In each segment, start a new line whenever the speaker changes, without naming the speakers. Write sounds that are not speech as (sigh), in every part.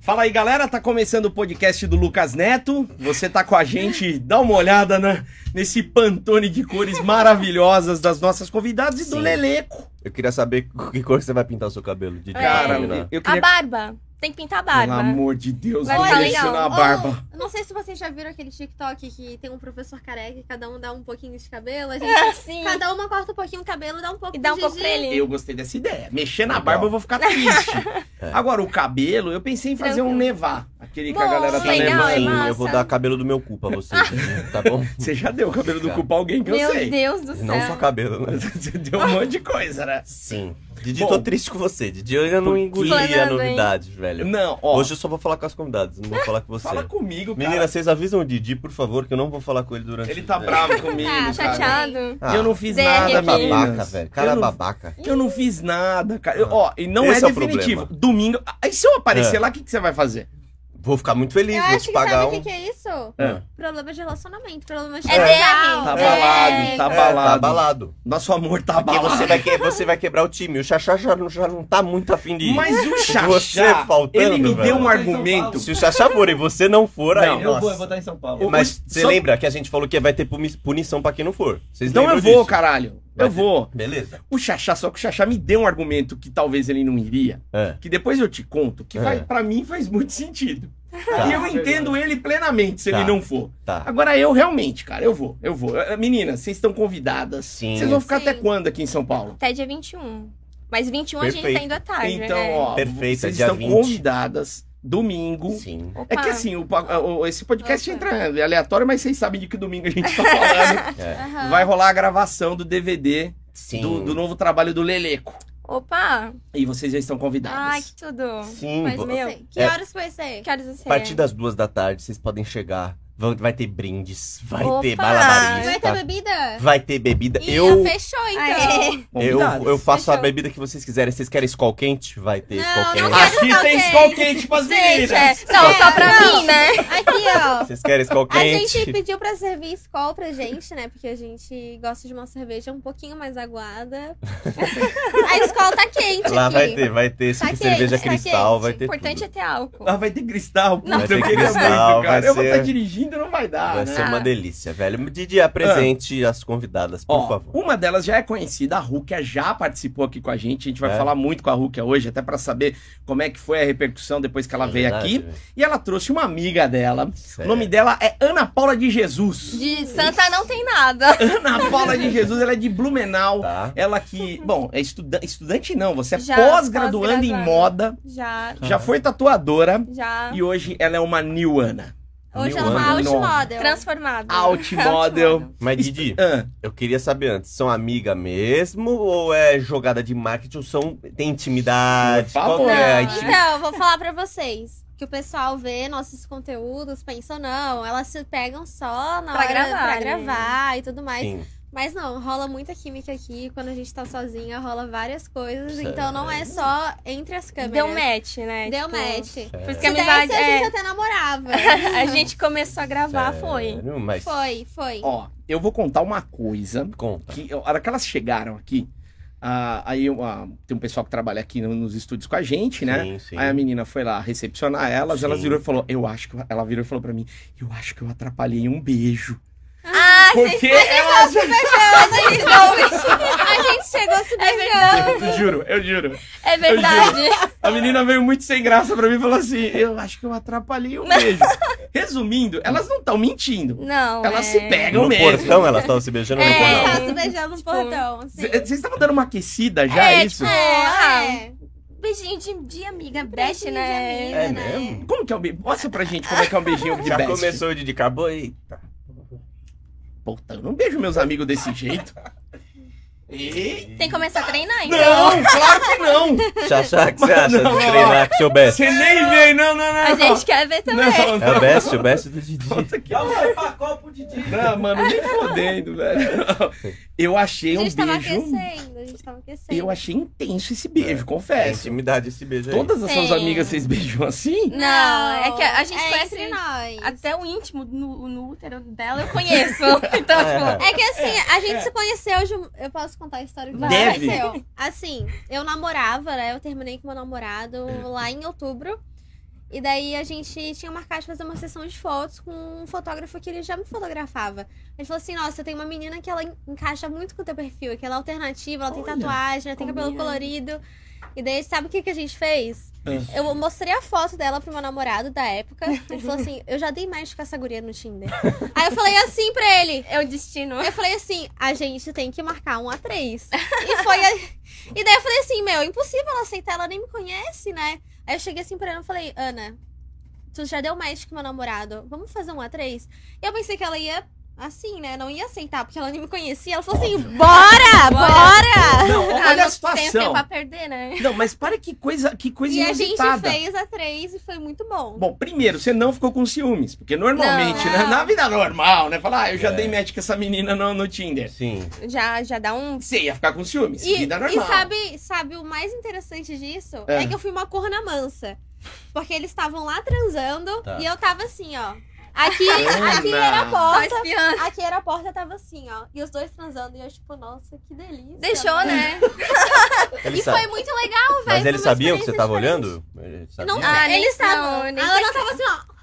Fala aí, galera. Tá começando o podcast do Lucas Neto. Você tá com a gente, dá uma olhada na- nesse pantone de cores maravilhosas das nossas convidadas e do
Sim.
Leleco.
Eu queria saber (laughs) que cor você vai pintar o seu cabelo. De
Cara,
né?
eu
É. A
queria.
barba. Tem que pintar a
Pelo
barba.
amor de Deus,
Vai
não
ficar
mexe
legal.
na barba.
Eu não sei se vocês já viram aquele TikTok que tem um professor careca e cada um dá um pouquinho de cabelo. A gente,
É, (laughs) Sim.
cada uma corta um pouquinho o cabelo, dá um pouco
E dá um
de
pouco pra
Gigi.
ele.
Eu gostei dessa ideia. Mexer na
Legal.
barba eu vou ficar triste.
(laughs) É.
Agora, o cabelo, eu pensei em fazer um
Tranquilo.
nevar. Aquele que a
Bom,
galera tá
legal,
levando.
é massa.
eu vou dar cabelo do meu cu pra
(laughs)
você, tá bom?
Você já deu o cabelo do
Já.
cu pra alguém que eu
Meu
sei.
Deus do céu.
Não só cabelo, né?
(laughs) Você deu um monte de coisa, né?
Sim. Didi,
Bom.
tô triste com você. Didi, eu ainda
Por
não
quê?
engoli a
Planando, hein?
novidade, velho.
Não, ó.
Hoje eu só vou falar com as convidadas, não vou falar com você.
Fala comigo, cara.
Menina, vocês avisam o Didi, por favor, que eu não vou falar com ele durante
Ele tá
é.
bravo comigo, cara.
Tá,
Chateado.
Ah,
eu não fiz
DR
nada,
cara
aqui.
meninas.
babaca, velho. Cara
eu, não,
babaca.
eu não fiz nada, cara. Eu- ó, e não
Esse
é
é o
definitivo. Domingo. Aí se eu aparecer
É.
lá, o que, que você vai fazer?
Vou ficar muito feliz,
Eu
vou
acho
te
que
pagar
sabe o que
um.
que é isso?
É.
Problema de relacionamento, problema de
É
casal.
DR.
Tá balado,
É,
tá
É,
balado.
tá abalado.
Nosso amor tá
Porque
balado.
você é vai, que- você vai quebrar o time. O Xaxá já, não- já não tá muito afim de
(laughs)
ir.
Mas o Xaxá,
Você faltando,
ele me deu
velho.
um argumento.
Se o Xaxá for e você não for, aí.
Não,
Eu vou,
nossa.
eu vou estar em São Paulo.
O-
Mas
o-
você
só-
lembra que a gente falou que vai ter puni- punição pra quem não for? Vocês
Então
lembram
eu vou,
disso?
caralho.
Vai
Eu
ter-
vou.
Beleza.
O Xaxá, só que o Xaxá me deu um argumento que talvez ele não iria.
É.
Que depois eu te conto, que
É.
vai, pra mim faz muito sentido.
Tá,
E eu entendo ele plenamente se
Tá.
ele não for.
tá.
Agora eu realmente, cara, eu vou, eu vou. Eh, Meninas, vocês estão convidadas.
Sim.
Vocês vão ficar
Sim.
até quando aqui em São Paulo?
Até dia 21. Mas 21 a gente
Perfeito. É
tá indo à tarde.
então,
né?
ó,
Perfeito, é
vocês
dia
estão
20.
convidadas domingo.
Sim.
Opa.
É que assim, o pa- o- esse podcast
Opa.
entra aleatório, mas vocês sabem de que domingo a gente tá falando.
É.
Aham.
Vai rolar a gravação do DVD
Sim.
do, do novo trabalho do Leleco.
Opa!
E vocês já estão
Ai, que
convidadas.
tudo.
Sim.
Mas
vo-
não
meu,
sei. Que
é.
horas vai ser?
Que horas você é?
A partir das duas da tarde, vocês podem chegar. Vão- Vai ter brindes, vai
Opa!
ter
Vai
balabarista,
ter bebida?
Tá. vai ter bebida.
Ih,
eu,
fechou então.
Aê.
eu,
Convidadas.
eu faço a
Fechou.
bebida que vocês quiserem. Vocês querem Skol quente? Vai ter
Não,
Skol
não
quente.
quero.
Aqui
Tá
tem
ok.
Skull Kate pras
(laughs) Gente,
meninas.
é. Não, só pra
Não.
mim, né?
Aqui, ó.
Vocês querem Skol
A
quente?
gente pediu pra servir Skol pra gente, né? Porque a gente gosta de uma cerveja um pouquinho mais
(laughs)
aguada. A Skol tá quente
Lá
aqui.
vai ter, vai ter
Tá quente,
cerveja
tá
cristal,
quente.
vai ter
O importante
tudo.
é ter álcool.
Ah, vai ter cristal. Puta,
Não. Vai ter
eu queria muito,
cristal,
cara.
vai
Eu vou
ser-
estar dirigindo, não vai dar,
Vai
né?
ser uma delícia, velho. Didi, apresente as convidadas, por
Ah. Ó,
favor.
uma delas já é conhecida, a Rukia já participou aqui com a gente. A gente vai
É.
falar muito com a Rukia hoje, até pra saber como é que foi a repercussão depois que
É
ela veio aqui. E ela trouxe uma amiga dela. O nome dela é Ana Paula de Jesus. (laughs)
De Santa não tem nada.
Ana Paula de Jesus, ela é de Blumenau.
Tá.
Ela que, bom, é estuda- estudante não, você é
Já,
pós-graduando em
pós-graduada.
moda,
Já,
Ah.
já foi tatuadora
já.
e hoje ela é uma new Ana.
Hoje ela é uma
Mil
out
anos.
model.
Transformado.
Out model.
Mas, Didi,
Ah,
eu queria saber antes, são amiga mesmo ou é jogada de marketing ou são, tem intimidade?
Por favor.
Qual que é a
Não,
intimidade?
Então, eu vou falar pra vocês. Que o pessoal vê nossos conteúdos, pensam, não, elas se pegam só na
Pra
hora
gravar,
pra
né?
gravar e tudo mais.
Sim,
Mas não, rola muita química aqui. Quando a gente tá sozinha, rola várias coisas.
Sério?
Então não é só entre as câmeras.
Deu match, né?
Deu
Tipo,
match.
Por isso que
Se
a amizade.
desse, a
é,
gente até namorava.
(laughs) a gente começou a gravar,
É.
foi.
sério, Mas
Foi, foi.
Ó, eu vou contar uma coisa
conta.
que a hora que elas chegaram aqui, ah, aí eu, ah, tem um pessoal que trabalha aqui no- nos estúdios com a gente, né?
Sim, sim.
Aí a menina foi lá recepcionar elas, elas
Sim.
virou e falou, eu acho que eu- ela virou e falou pra mim, eu acho que eu atrapalhei um beijo.
Ah,
Porque elas,
vocês não
A gente chegou se
É
beijando.
(laughs)
verdade.
eu juro, eu juro.
É verdade.
A menina veio muito sem graça pra mim e falou assim, eu acho que eu atrapalhei um beijo. Resumindo, elas não estão mentindo.
Não.
Elas
é...
se pegam
no
mesmo.
portão elas estavam se beijando
É.
no
A gente
portão?
tava se beijando no
Tipo,
portão, assim.
Vocês estavam dando uma aquecida já,
É,
isso?
tipo,
Ah,
ah,
é.
Beijinho de, de amiga, breche,
Breche,
né?
É mesmo?
Como que é o beijo? Mostra pra gente como é que é um beijinho de
Já
best.
começou o Didi Carbô, eita.
Puta, eu não beijo meus amigos desse jeito.
Tem que começar a treinar, então.
(laughs) Não, claro que não!
Xaxá, o que você acha
Não.
de treinar com seu best?
Você nem vem, não, não, não!
A gente quer ver também.
Não,
É o
não.
best, o best do Didi.
Puta que-
Dá um repacol pro Didi.
Não, mano, nem fodendo, velho. Não. Eu achei
A
um
gente tava
beijo.
aquecendo, a gente tava aquecendo.
Eu achei intenso esse
É.
beijo,
É
confesso.
intimidade esse beijo aí.
Todas as suas
Tem.
amigas vocês beijam assim?
Não, é que a gente
é
conhece
entre nós.
Até o íntimo no, no útero dela eu (laughs) conheço. Então,
É.
tipo,
É que assim, a gente se conheceu. Ju- Eu posso contar a história que
Deve.
aconteceu? Assim, eu namorava, né? Eu terminei com meu namorado lá em outubro. E daí a gente tinha marcado de fazer uma sessão de fotos com um fotógrafo que ele já me fotografava. Ele falou assim: Nossa, tem uma menina que ela en- encaixa muito com o teu perfil, é que ela é alternativa, ela tem
Olha,
tatuagem, ela tem cabelo
combina.
colorido. E daí, sabe o que, que a gente fez?
Ah.
Eu mostrei a foto dela pro meu namorado da época. Ele falou assim: Eu já dei mais com essa guria no Tinder. Aí eu falei assim pra ele:
É o destino.
eu falei assim, a gente tem que marcar um A3. E foi. a- (laughs) E daí eu falei assim, meu, impossível ela aceitar, ela nem me conhece, né? Aí eu cheguei assim pra ela e falei, Ana, tu já deu match com meu namorado, vamos fazer um A3? E eu pensei que ela ia, assim, né? Não ia aceitar, porque ela nem me conhecia. Ela falou assim, bora, bora!
Não,
Ah,
olha a
não tem tempo
situação.
a perder, né?
Não, mas para que coisa, que coisa
E a gente
inusitada.
fez A3 e foi muito bom.
Bom, primeiro, você não ficou com ciúmes, porque normalmente,
Não.
né, na vida normal, né, falar, ah, eu já
É.
dei match com essa menina no, no Tinder.
Sim.
Já, já dá um.
Você ia ficar com ciúmes,
E,
é vida
e
normal.
sabe, sabe o mais interessante disso?
É.
É, que eu fui uma corna mansa. Porque eles estavam lá transando
Tá.
e eu tava assim, ó.
(laughs)
Aqui,
Ana.
aqui era a
Só
porta.
espiando.
Aqui era a porta, tava assim, ó. E os dois transando. E eu, tipo, nossa, que delícia.
Deixou, né?
Ele
E
sabe.
foi muito legal, velho.
Mas
foi
eles
uma
sabiam que você
experiência
tava
diferente.
olhando? Eles
Tá
Não
sabiam?
Ah,
sei,
nem-
eles estavam.
não,
A
nem
Ana tava assim, ó.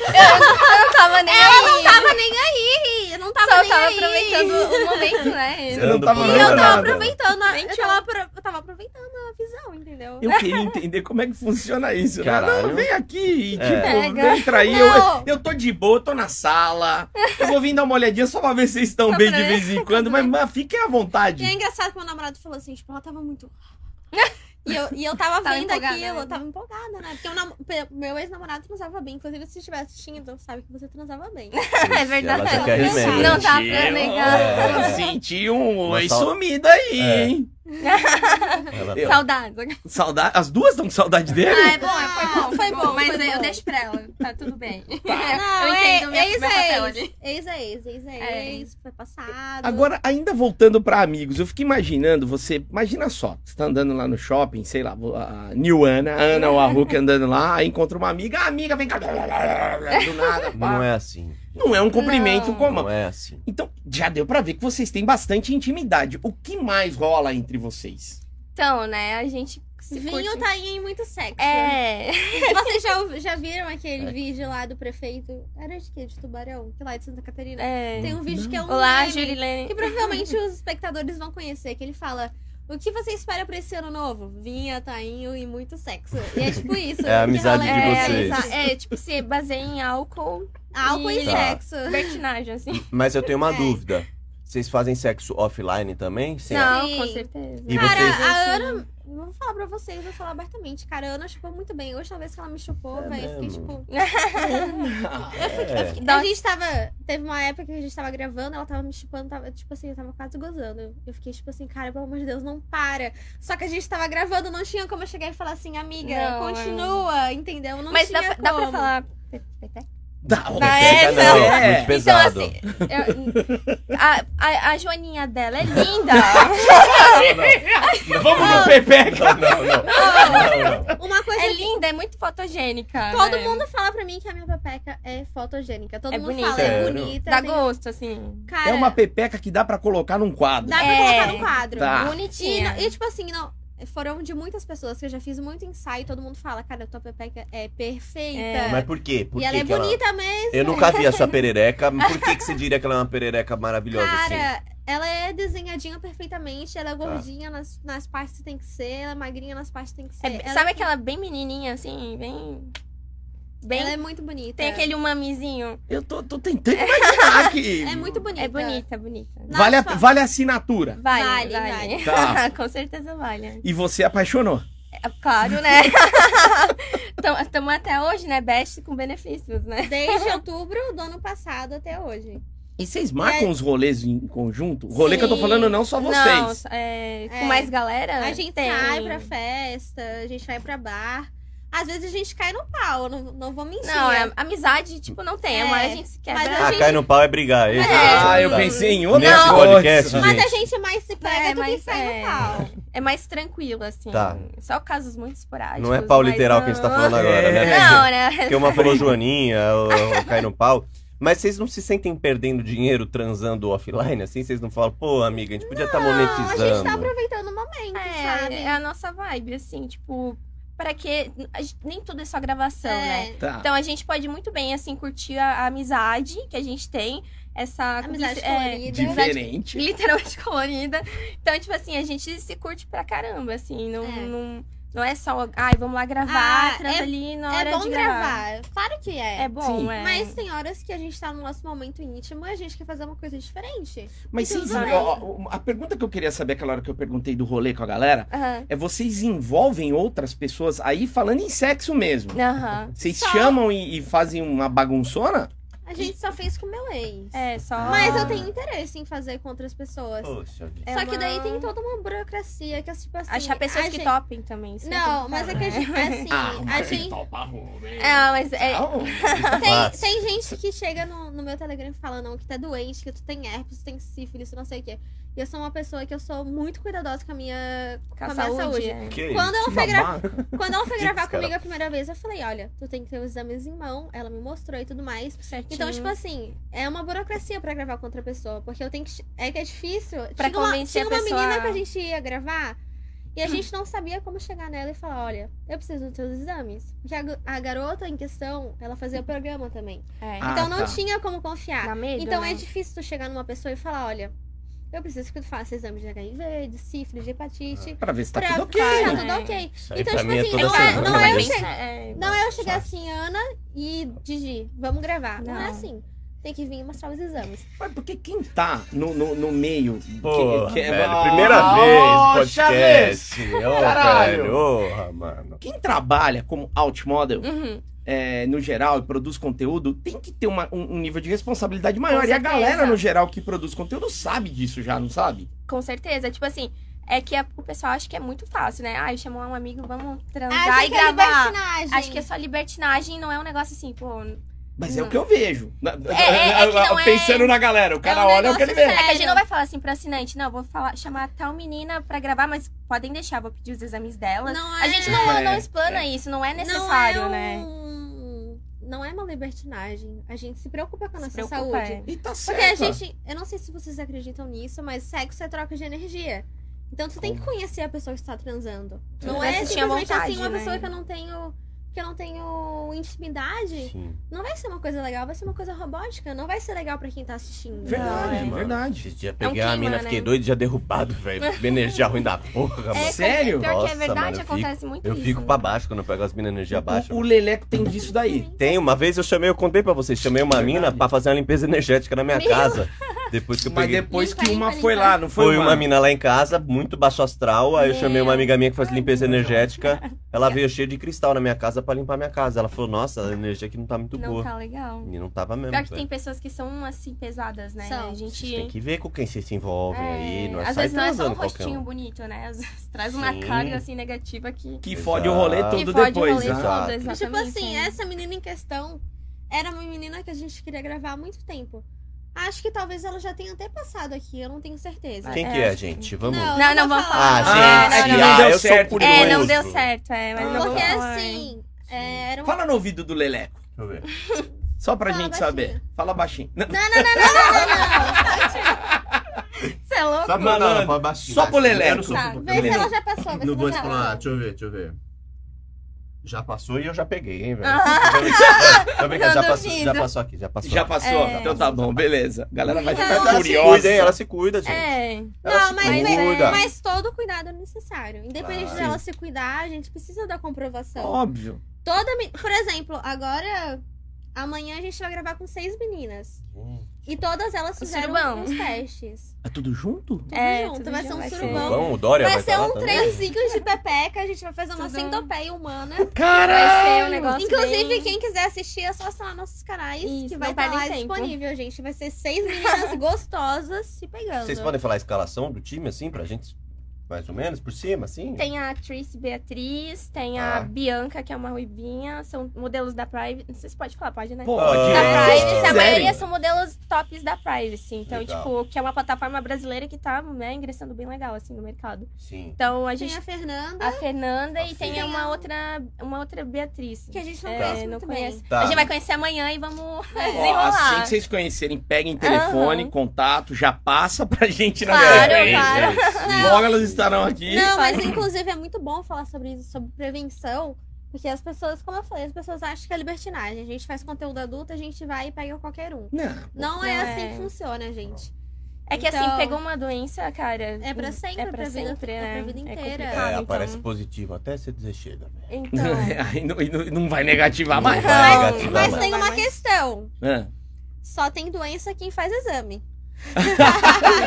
Eu não tava nem.
Eu não tava nem aí. Eu não tava
Só
nem
tava
aí.
aproveitando o momento, né?
Você não
Dando
tava
por
E
olhando
eu
nada.
tava aproveitando. a-
Nem
Eu
tchau.
tava, apro- eu tava aproveitando a visão, entendeu?
Eu queria entender como é que funciona isso. né?
Caralho.
Não, vem aqui e,
É.
tipo,
Pega.
entra aí. Eu,
Não.
eu tô de boa, eu tô na sala. Eu vou vir dar uma olhadinha só pra ver se vocês estão
Só
bem
pra
de
ver.
vez em quando. Mas, mas fiquem à vontade.
E é engraçado que meu namorado falou assim, tipo, ela tava muito. (laughs) E eu, e eu tava,
Tava
vendo
empolgada,
aquilo,
né?
eu tava empolgada, né? Porque o nam- pe- meu ex-namorado transava bem. Inclusive, se estiver assistindo, então sabe que você transava bem.
É
Ela já
verdade.
quer
Não
remédio.
Não dá pra
Sentiu-
negar.
É, Senti um
Uma
oi
sal-
sumido aí,
É.
hein?
Ela-
Eu-
(laughs) Saudades.
Saudade... As duas estão com saudade dele?
(laughs) Ah, é bom, é- foi bom,
Foi
foi
bom,
bom. Mas
foi
eu
bom.
deixo pra ela. Tá tudo bem.
Não,
eu
é-
entendo meu,
ex
meu papel
é
ali.
ex. Ex é ex, ex é
É.
ex, foi passado.
Agora, ainda voltando pra amigos, eu fico imaginando você. Imagina só, você tá andando lá no shopping, sei lá, a New Ana, a Ana ou a
(laughs)
Hulk andando lá, aí encontra uma amiga, a amiga vem cá. Do nada, pá.
Não é assim.
Não é um cumprimento
Não.
como.
Não é assim.
Então, já deu pra ver que vocês têm bastante intimidade. O que mais rola entre vocês?
Então, né, a gente se
Vinho
curte-
tá aí em muito sexo.
É.
(laughs) Vocês já, já viram aquele
É.
vídeo lá do prefeito? Era de quê? De Tubarão? Que lá é de Santa Catarina?
é.
Tem um vídeo que é um
Olá,
meme.
Jurilene.
Que provavelmente os espectadores vão conhecer, que ele fala. O que você espera pra esse ano novo? Vinha, tainho e muito sexo. E é tipo
(laughs)
isso.
É a
que
amizade de
rola é
vocês.
amizade-
É, tipo, se baseia em álcool,
Álcool e
E-
Tá.
sexo.
libertinagem, assim.
Mas eu tenho uma
É.
dúvida. Vocês fazem sexo offline também? Sim.
Não,
Sim.
com certeza.
E
Cara,
vocês-
a Ana. Vou falar pra vocês, vou falar abertamente. Cara, a Ana chupou muito bem. A última vez que ela me chupou,
É
velho, eu fiquei
mesmo?
tipo.
É.
A gente tava. Teve uma época que a gente tava gravando, ela tava me chupando, tava, tipo assim, eu tava quase gozando. Eu fiquei tipo assim, cara, pelo amor de Deus, não para. Só que a gente tava gravando, não tinha como eu chegar e falar assim, amiga,
Não, é.
continua, entendeu? Não
Mas dá,
tinha
pra-
como.
dá pra falar. pe- (laughs) peteca?
Da
Na
Peteca
é,
não, Então,
não.
muito pesado.
assim, eu- a, a, a joaninha dela é linda.
(laughs)
Vamos
É.
no Pepeca!
Não, não. Não, (laughs) não.
Uma coisa
é
é
linda, é muito fotogênica.
Todo
né?
mundo fala pra mim que a minha pepeca é fotogênica. Todo
É
mundo
bonita.
fala, é
Sério?
bonita.
Dá
tem-
gosto, assim.
Cara,
É uma Pepeca que dá pra colocar num quadro.
dá pra
É.
colocar no quadro.
Tá.
E,
Bonitinha.
não- Ah, e, tipo assim, não. Foram de muitas pessoas que eu já fiz muito ensaio. Todo mundo fala, cara, tua pepeca é perfeita.
É.
Mas por quê? Por
e ela
que
é
que ela-
bonita mesmo.
Eu nunca vi (laughs) essa perereca. Por que, que você diria que ela é uma perereca maravilhosa assim?
Cara, ela é desenhadinha perfeitamente. Ela é
Tá.
gordinha nas, nas partes que tem que ser. Ela é magrinha nas partes que tem que ser.
É,
ela,
sabe aquela bem menininha, assim, bem... Bem...
ela é muito bonita.
Tem aquele umamizinho.
Eu tô, tô tentando
(laughs)
imaginar que.
É muito bonita.
É bonita, bonita.
Não,
Vale a,
só-
vale a assinatura.
(laughs)
Vale,
Vale,
vale. (laughs)
Tá.
Com certeza vale.
E você apaixonou.
É, Claro, né?
(laughs)
Estamos até hoje, né? Best com benefícios, né? (laughs)
Desde outubro do ano passado até hoje.
E vocês marcam os rolês em conjunto? O rolê que eu tô
Sim.
falando não só
Não,
vocês.
é, com
É.
mais galera.
A gente
tem.
sai pra festa, a gente vai pra bar. Às vezes a gente cai no pau, não, não vou mentir.
Não, é, amizade, tipo, não tem.
É.
Uma hora a gente se quebra.
Mas a
Ah,
gente-
cai no pau é brigar. é isso?
Ah,
É,
eu
não.
pensei em outra
Nesse
coisa.
podcast,
Mas a
gente.
gente mais se pega
É,
do que
mas
sai
é.
no pau.
É mais tranquilo, assim.
Tá.
Só casos muito esporádicos.
Não é pau
mas
literal
não-
que a gente tá falando agora,
É.
né?
(laughs) Não,
(laughs)
né?
Porque uma falou Joaninha, ou, ou cai no pau. Mas vocês não se sentem perdendo dinheiro transando offline, assim? Vocês não falam, pô, amiga, a gente podia estar
Não, a gente
monetizando.
tá aproveitando o momento,
É,
sabe?
é a nossa vibe, assim, tipo. para que. a gente- Nem tudo é só gravação, né?
É,
Tá.
Então a gente pode muito bem, assim, curtir a, a amizade que a gente tem, essa
amizade
cumplici- é,
colorida.
Diferente.
(laughs) literalmente colorida. Então, tipo assim, a gente se curte pra caramba, assim, não
É.
não, não é só, ai, vamos lá gravar,
Ah,
traz
é-
ali na hora
É bom
de
gravar. Claro que é.
É bom,
Sim.
é.
Mas tem horas que a gente tá no nosso momento íntimo e a gente quer fazer uma coisa diferente.
Mas
Tudo
vocês,
bem.
ó, ó, a pergunta que eu queria saber aquela hora que eu perguntei do rolê com a galera
Aham.
é vocês envolvem outras pessoas aí falando em sexo mesmo?
Aham.
Vocês
Só.
chamam e, e fazem uma bagunçona?
A gente só fez com meu ex.
É, só.
Mas eu tenho interesse em fazer com outras pessoas.
Poxa vida.
É
Só que daí
uma-
tem toda uma burocracia que é tipo assim.
Achar pessoas
a
que
gente-
topem também. isso
Não,
tem
mas é
falar,
que a
né?
gente. Assim,
Ah,
Ah,
a
(laughs)
gente.
então tá né?
É, mas é.
Tem,
Fácil.
tem gente que chega no, no meu Telegram e fala, não, que tá doente, que tu tem herpes, tu tem sífilis, tu não sei o quê. E eu sou uma pessoa que eu sou muito cuidadosa com a minha.
Com a
Com a minha
saúde.
saúde.
é.
Que
Quando ela, foi gra... Quando ela foi
Diz,
gravar
cara.
comigo a primeira vez, eu falei, olha, tu tem que ter os exames em mão, ela me mostrou e tudo mais.
Certinho.
Então, tipo assim, é uma burocracia pra gravar com outra pessoa, porque eu tenho que. É que é difícil.
Pra
Tinha uma-
convencer
tinha
a
uma
pessoa
menina
a-
que a gente ia gravar e a gente não sabia como chegar nela e falar: olha, eu preciso dos teus exames. Porque a, a garota em questão, ela fazia o programa também.
é.
Ah,
então não
tá.
tinha como confiar.
Dá medo,
então
né?
é difícil tu chegar numa pessoa e falar: olha, eu preciso que tu faça exame de HIV, de sífilis, de hepatite.
Pra ver se tá
pra
tudo ok.
ficar
né?
né?
tudo ok.
Isso aí
Então,
pra
tipo
mim
assim,
é toda
não é-
semana.
não é
né?
eu
bem-
chego-
é.
Não é eu chegar
Fácil.
assim, Ana e Digi, vamos gravar. Não, é
Não.
assim. Tem que vir mostrar os exames.
Mas porque quem tá no, no, no meio.
Pô,
que- que-
velho,
Ah,
primeira
poxa,
vez podcast. Ô,
Caralho.
velho, ô, mano.
Quem trabalha como alt model,
Uhum.
é, no geral, e produz conteúdo, tem que ter uma- um, um nível de responsabilidade maior.
Com
E a
certeza.
galera, no geral, que produz conteúdo sabe disso já, não sabe?
Com certeza. Tipo assim, é que a- o pessoal acha que é muito fácil, né? Ai, chamou um amigo, vamos transar
Acha
e
que é
gravar.
libertinagem.
Acho que é só libertinagem, não é um negócio assim, pô.
Mas é
Não.
o que eu vejo. Na-
é
(laughs)
que não é-
Pensando na galera, o cara
um
olha o que ele vê.
É que
negócio
a gente
Sério?
não vai falar assim pro assinante, não, vou falar, chamar tal menina pra gravar, mas podem deixar, vou pedir os exames dela.
Não
A gente não,
É,
não explana isso, não é necessário,
não
Tá
é
né?
um- Não é uma libertinagem. A gente se preocupa com a
Se
nossa
preocupa,
saúde.
é.
E tá
Porque
certo.
a gente. Eu não sei se vocês acreditam nisso, mas sexo é troca de energia. Então tu tem que conhecer a pessoa que está transando. Não
Vai
é
sentir a
simplesmente assim
vontade,
uma
né?
pessoa que eu não tenho. Que eu não tenho intimidade.
Sim.
Não vai ser uma coisa legal, vai ser uma coisa robótica. Não vai ser legal pra quem tá assistindo.
Verdade,
Não,
Mano,
É verdade.
Esses
É
dias
um
peguei uma
clima,
mina,
né?
fiquei doido e já derrubado, velho. Energia ruim da porra, mano.
É,
Sério?
Pior que
Nossa,
é verdade,
mano, eu
acontece muito
Eu
isso. Então,
fico pra baixo quando eu pego as minas energia baixa.
O, o Leleco tem disso daí.
Tem, uma vez eu chamei, eu contei pra vocês, chamei uma
Verdade.
mina pra fazer uma limpeza energética na minha
Meu.
casa. Depois que eu
Mas
peguei.
depois
tá
Limpa,
que
limpa,
uma
limpa.
foi lá, não foi?
Foi uma mina lá em casa, muito baixo astral. Aí eu chamei uma amiga minha que faz limpeza energética. Ela veio cheia de cristal na minha casa pra limpar minha casa. Ela falou: Nossa, a energia aqui não tá muito
Não
boa.
tá legal.
E não tava mesmo.
Pior que tem
velho.
pessoas que são assim pesadas, né?
São.
A
Vocês
gente.
têm que ver com quem vocês se envolvem aí. Não é
Às
sair
vezes não é só um
transando qualquer
rostinho
um.
bonito, né? Às vezes (laughs) traz uma
Sim.
carga assim negativa que.
Que fode o rolê
Exato.
todo
que fode o
depois,
rolê
né?
Exato.
todo, exatamente.
Tipo assim,
né?
essa menina em questão era uma menina que a gente queria gravar há muito tempo. Acho que talvez ela já tenha até passado aqui, eu não tenho certeza.
Quem que
É,
é,
acho que-
gente? Vamos.
Não,
Não, não
vou
vamos
Ah,
Ah,
falar. não,
é
gente,
que
não,
não
ah,
deu
eu
certo.
sou
É,
curioso.
não deu certo, é, mas
Ah.
não vou
Porque
falar, hein.
assim, é, era um.
Fala no ouvido do Leleco.
Deixa eu ver.
Só pra
Fala
gente
baixinho.
saber. Fala baixinho. Não,
Não, não, não, não, não, não,
Você é louco?
Só pra, não, não, pra baixinho,
Só pro
baixinho.
Leleco.
Eu não sou-
Tá,
não. Vê se ela já passou, vê se
Não vou
ela já
explorar,
passou.
deixa eu ver, deixa eu ver. Já passou e eu já peguei, hein, velho.
é Tô
Ah. (laughs)
brincando,
Não
já passou,
duvido.
já passou aqui, já passou.
Já passou?
É.
Então tá bom, beleza. A galera vai
Não,
ficar assim,
Mas ela se
curiosa.
cuida, hein? Ela se cuida, gente.
É.
Ela
Tá Não,
se
mas,
cuida.
mas todo cuidado é necessário. Independente
Claro.
dela se cuidar, a gente precisa da
Então.
comprovação.
Óbvio.
Toda. me- Por exemplo, agora. Amanhã a gente vai gravar com seis meninas.
Hum,
E todas elas fizeram
surubão.
uns testes.
É tudo junto?
Tudo
É,
junto.
tudo
Vai
já
ser um
vai ser.
surubão.
Bom, o Dória
Vai
vai
ser
tá lá
um
também.
trenzinho de pepeca. A gente vai fazer uma
Tudo.
centopeia
Vai
humana.
ser um
Caralho!
negócio
Hum, Inclusive,
bem-
quem quiser assistir, é só assinar nossos canais.
Isso,
que
não
vai estar
perdem
lá
tempo.
disponível, gente. Vai ser seis
(laughs)
meninas gostosas se pegando.
Vocês podem falar a escalação do time, assim, pra gente, mais ou menos, por cima, assim?
Tem a Trice Beatriz, tem a
Ah.
Bianca, que é uma ruibinha, são modelos da Private. Não sei se pode falar, pode, né?
Pode.
Ah,
Da Privacy, a
quiserem.
maioria são modelos tops da Privacy. Então,
Legal.
tipo, que é uma plataforma brasileira que tá né, ingressando bem legal, assim, no mercado.
Sim.
Então, a
Tem
gente.
a Fernanda.
A Fernanda
A
e tem
Fernanda.
uma outra, uma outra Beatriz.
Que a gente não
É,
conhece
não
muito bem.
conhece.
Tá.
A gente vai conhecer amanhã e vamos
É.
Ó, assim
desenrolar.
que vocês conhecerem, peguem telefone,
Aham.
contato, já passa pra gente na
Claro,
sequência.
claro.
Ah,
é isso.
Logo elas estão estarão aqui.
Não, mas inclusive é muito bom falar sobre isso, sobre prevenção. Porque as pessoas, como eu falei, as pessoas acham que é libertinagem. A gente faz conteúdo adulto, a gente vai e pega qualquer um.
Não.
Não é
Não
assim
é.
que funciona, gente.
É que
Então-
assim, pegou uma doença, cara.
É pra sempre,
é pra
pra vida-
sempre,
é
né?
pra vida inteira.
complicado,
É,
então.
aparece positivo até você dizer chega. velho.
Então.
(laughs) É, Aí não, e não- e não vai negativar mais.
Não. Vai
Mas,
negativar,
mas
vai.
tem
Vai,
uma
vai.
questão.
Ah,
Só tem doença quem
(laughs)
faz exame. (laughs)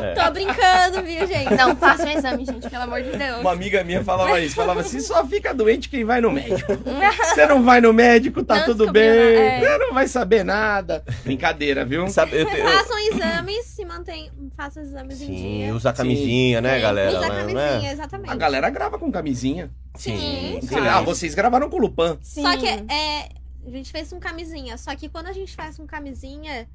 É.
Tô brincando, viu, gente?
(laughs) Não, faça um exame, gente, pelo amor de Deus.
Uma amiga minha falava isso, falava assim, só fica doente quem vai no médico.
(laughs)
Você não vai no médico, tá
Não
tudo bem,
descobriu, né? É.
você não vai saber nada. Brincadeira, viu?
Então
Sabe, eu, te- eu-
Façam exames, se mantém. Façam exames em
sim,
dia.
usa camisinha, né,
Sim,
galera?
Usa a
Não é- não é?
camisinha,
A
exatamente.
galera grava com camisinha.
Sim,
Sim,
sim.
Ah, vocês gravaram com o Lupan.
Sim.
Só que é, a gente fez com camisinha. Só que quando a gente faz com camisinha,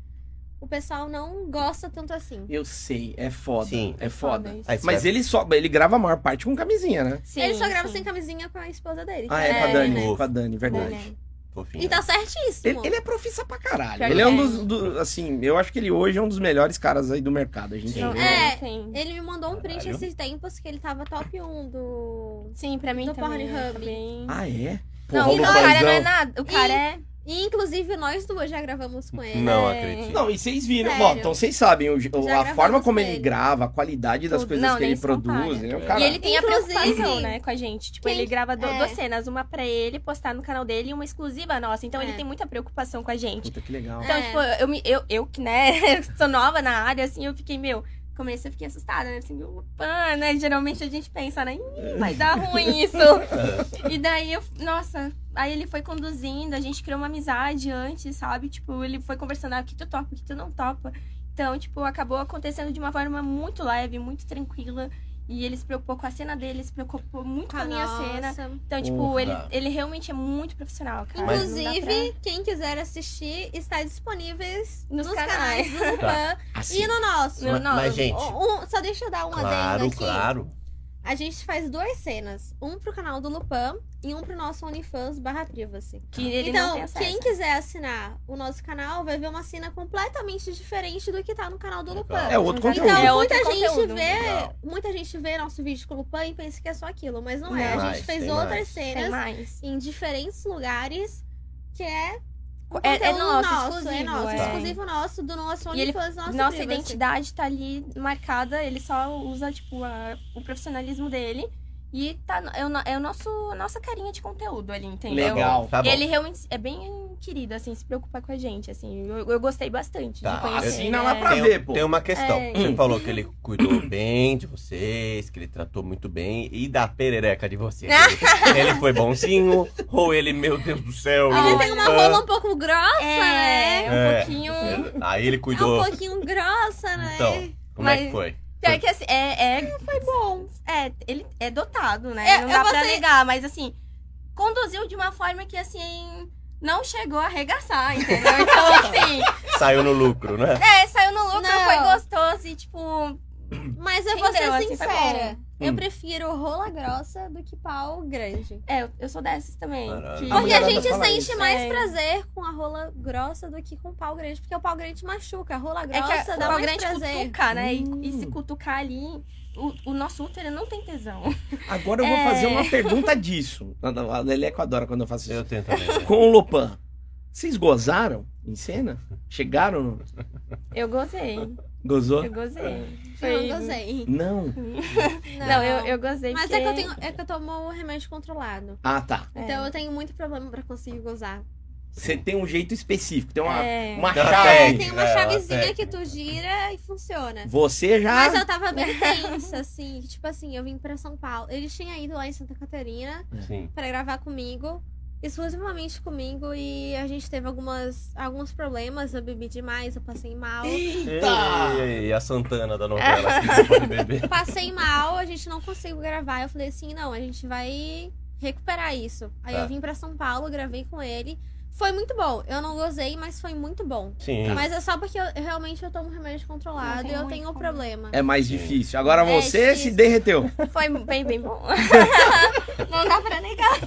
o pessoal não gosta tanto assim.
Eu sei, é foda.
Sim.
é foda.
Aí você
Mas
vai-
ele só ele grava a maior parte com camisinha, né?
Sim,
Ele só grava
sim.
sem camisinha com a esposa dele.
Ah, é,
É,
com a Dani,
né?
com a Dani,
é
verdade.
fofinho.
E tá
Ele,
certíssimo.
ele é profissa pra caralho.
Pior
Ele é um
que é.
dos, do- assim, eu acho que ele hoje é um dos melhores caras aí do mercado, a gente
Sim.
vê.
É.
Sim.
Ele me mandou um print
Caralho.
esses tempos que ele tava top 1 do.
Sim, pra mim
Do
também.
Pornhub.
tá bem-
Ah, é? Pô,
Não,
vamos
o
no
cara não é
paizão.
nada. O cara é.
E inclusive nós duas já gravamos com ele.
Não
É.
acredito.
Não, e vocês viram.
Sério.
Bom, então vocês sabem o- o-
Já
a forma
gravamos
como
com
ele
ele.
grava, a qualidade das
Tudo.
coisas
Não,
que ele
nem se
produz.
compara.
Ele é um
E
cara.
E ele tem
Inclusive-
a preocupação, né, com a gente. Tipo,
Quem-
ele grava do-
é.
duas cenas, uma pra ele postar no canal dele e uma exclusiva nossa. Então
É.
ele tem muita preocupação com a gente.
Puta, que legal.
É.
Então, tipo, eu, me- eu, eu que, né, (laughs) sou nova na área, assim, eu fiquei, meu, comecei, eu fiquei assustada, né? Assim, opa, né? Geralmente a gente pensa, né? "Ih, Vai dar ruim isso. e daí, eu, nossa, aí ele foi conduzindo, a gente criou uma amizade antes, sabe? Tipo, ele foi conversando, ah, o que tu topa, o que tu não topa. Então, tipo, acabou acontecendo de uma forma muito leve, muito tranquila. E ele se preocupou com a cena dele, se preocupou muito
é.
com a,
Ah,
minha cena. Então, tipo,
Porra.
ele, ele realmente é muito profissional, cara. Não dá
Inclusive, quem quiser assistir, está disponíveis
Nos
nos, canais, do Lupan
Assim,
e no nosso.
No-
Ma-
não,
Tá. Mas,
eu-
gente,
Um- um- só deixa eu dar um adendo
claro,
aqui.
claro.
A gente faz duas cenas. Um pro canal do Lupan e um pro nosso OnlyFans barra privacy.
pra- que ele não
então,
tem acesso.
quem quiser assinar o nosso canal vai ver uma cena completamente diferente do que tá no canal do
Legal.
Lupan.
é outro
Então,
conteúdo.
Então,
É outro
muita gente
conteúdo.
vê,
Legal.
muita gente vê nosso vídeo com o Lupan e pensa que é só aquilo, mas não, é.
Não.
A
Mais,
gente fez
tem
outras
mais.
tem
cenas
mais.
em diferentes lugares que é
É, é
conteúdo
nosso, exclusivo.
é nosso,
é.
exclusivo nosso, do nosso
E ele-
OnlyFans, nosso
Nossa
privacy.
identidade tá ali marcada, ele só usa, tipo, a- o profissionalismo dele. E tá, no- é, o, no- é o nosso, a nossa carinha de conteúdo ali, entendeu?
Legal.
Tá bom.
Ele realmente é bem querido, assim, se preocupa com a gente, assim. Eu, eu gostei bastante
Tá,
de conhecer.
assina
né?
lá pra-
tem, um
ver, pô.
tem uma questão.
É.
Você falou que ele cuidou bem de vocês, que ele tratou muito bem e da perereca de vocês. Ele, ele foi bonzinho ou ele, meu Deus do céu.
Ele
ele-
tem uma rola um pouco grossa,
É,
né?
um
É.
pouquinho...
Aí ele
É
cuidou.
um pouquinho grossa, né?
Então, como é que
Mas-
foi?
Pior que assim, é, é- foi bom. É, ele é dotado, né?
É,
não
eu
dá pra
passei-
negar, mas assim, conduziu de uma forma que assim. Não chegou a arregaçar, (laughs) entendeu? Então, assim,
Saiu no lucro, né?
é, saiu no lucro,
Não.
foi gostoso e, tipo,
Mas eu vou
Entendeu?
ser
Assim, foi
sincera. eu
Hum.
prefiro rola grossa do que pau grande.
é, eu, eu sou dessas também. Tipo,
Caralho.
que-
A
Porque a
mulherada
gente
fala
sente
isso.
mais
É.
prazer com a rola grossa do que com o pau grande. Porque o pau grande machuca, a rola
É
grossa
que a,
dá
o pau
mais
grande
prazer.
cutuca, né? E- E, se
Hum.
cutucar ali, o, o nosso útero não tem tesão.
Agora eu vou
É.
fazer uma
(laughs)
pergunta disso. A Leleco adora quando eu faço isso.
Eu tento também. né?
Com o Lopan. Vocês gozaram em cena? Chegaram? no-
Eu gozei,
Gozou?
eu gozei.
Eu não gozei.
Não.
Não, eu, eu gozei
Mas
porque...
é que eu tenho. É que eu tomo remédio controlado.
Ah, tá.
É.
Então eu tenho muito problema pra conseguir gozar.
Você tem um jeito específico, tem uma,
É.
uma
Não,
chave.
Técnica,
tem uma
é, uma
chavezinha
técnica.
que tu gira e funciona.
Você já.
Mas eu tava bem tensa, assim. Tipo assim, eu vim pra São Paulo. Eles tinham ido lá em Santa Catarina
Sim.
pra gravar comigo. Exclusivamente comigo. E a gente teve algumas, alguns problemas. Eu bebi demais, eu passei mal.
E,
Eita!
e- e a Santana da novela, que não pode beber.
Passei mal, a gente não conseguiu gravar. Eu falei assim, não, a gente vai recuperar isso. Aí
Tá.
eu vim pra São Paulo, gravei com ele. Foi muito bom. Eu não gozei, mas foi muito bom.
Sim.
Mas é só porque eu, eu realmente eu tomo remédio controlado
Não,
e
tem
eu
muito
tenho um
como.
problema.
É mais difícil. Agora
É
você se
difícil.
derreteu.
Foi bem, bem bom. não dá pra negar.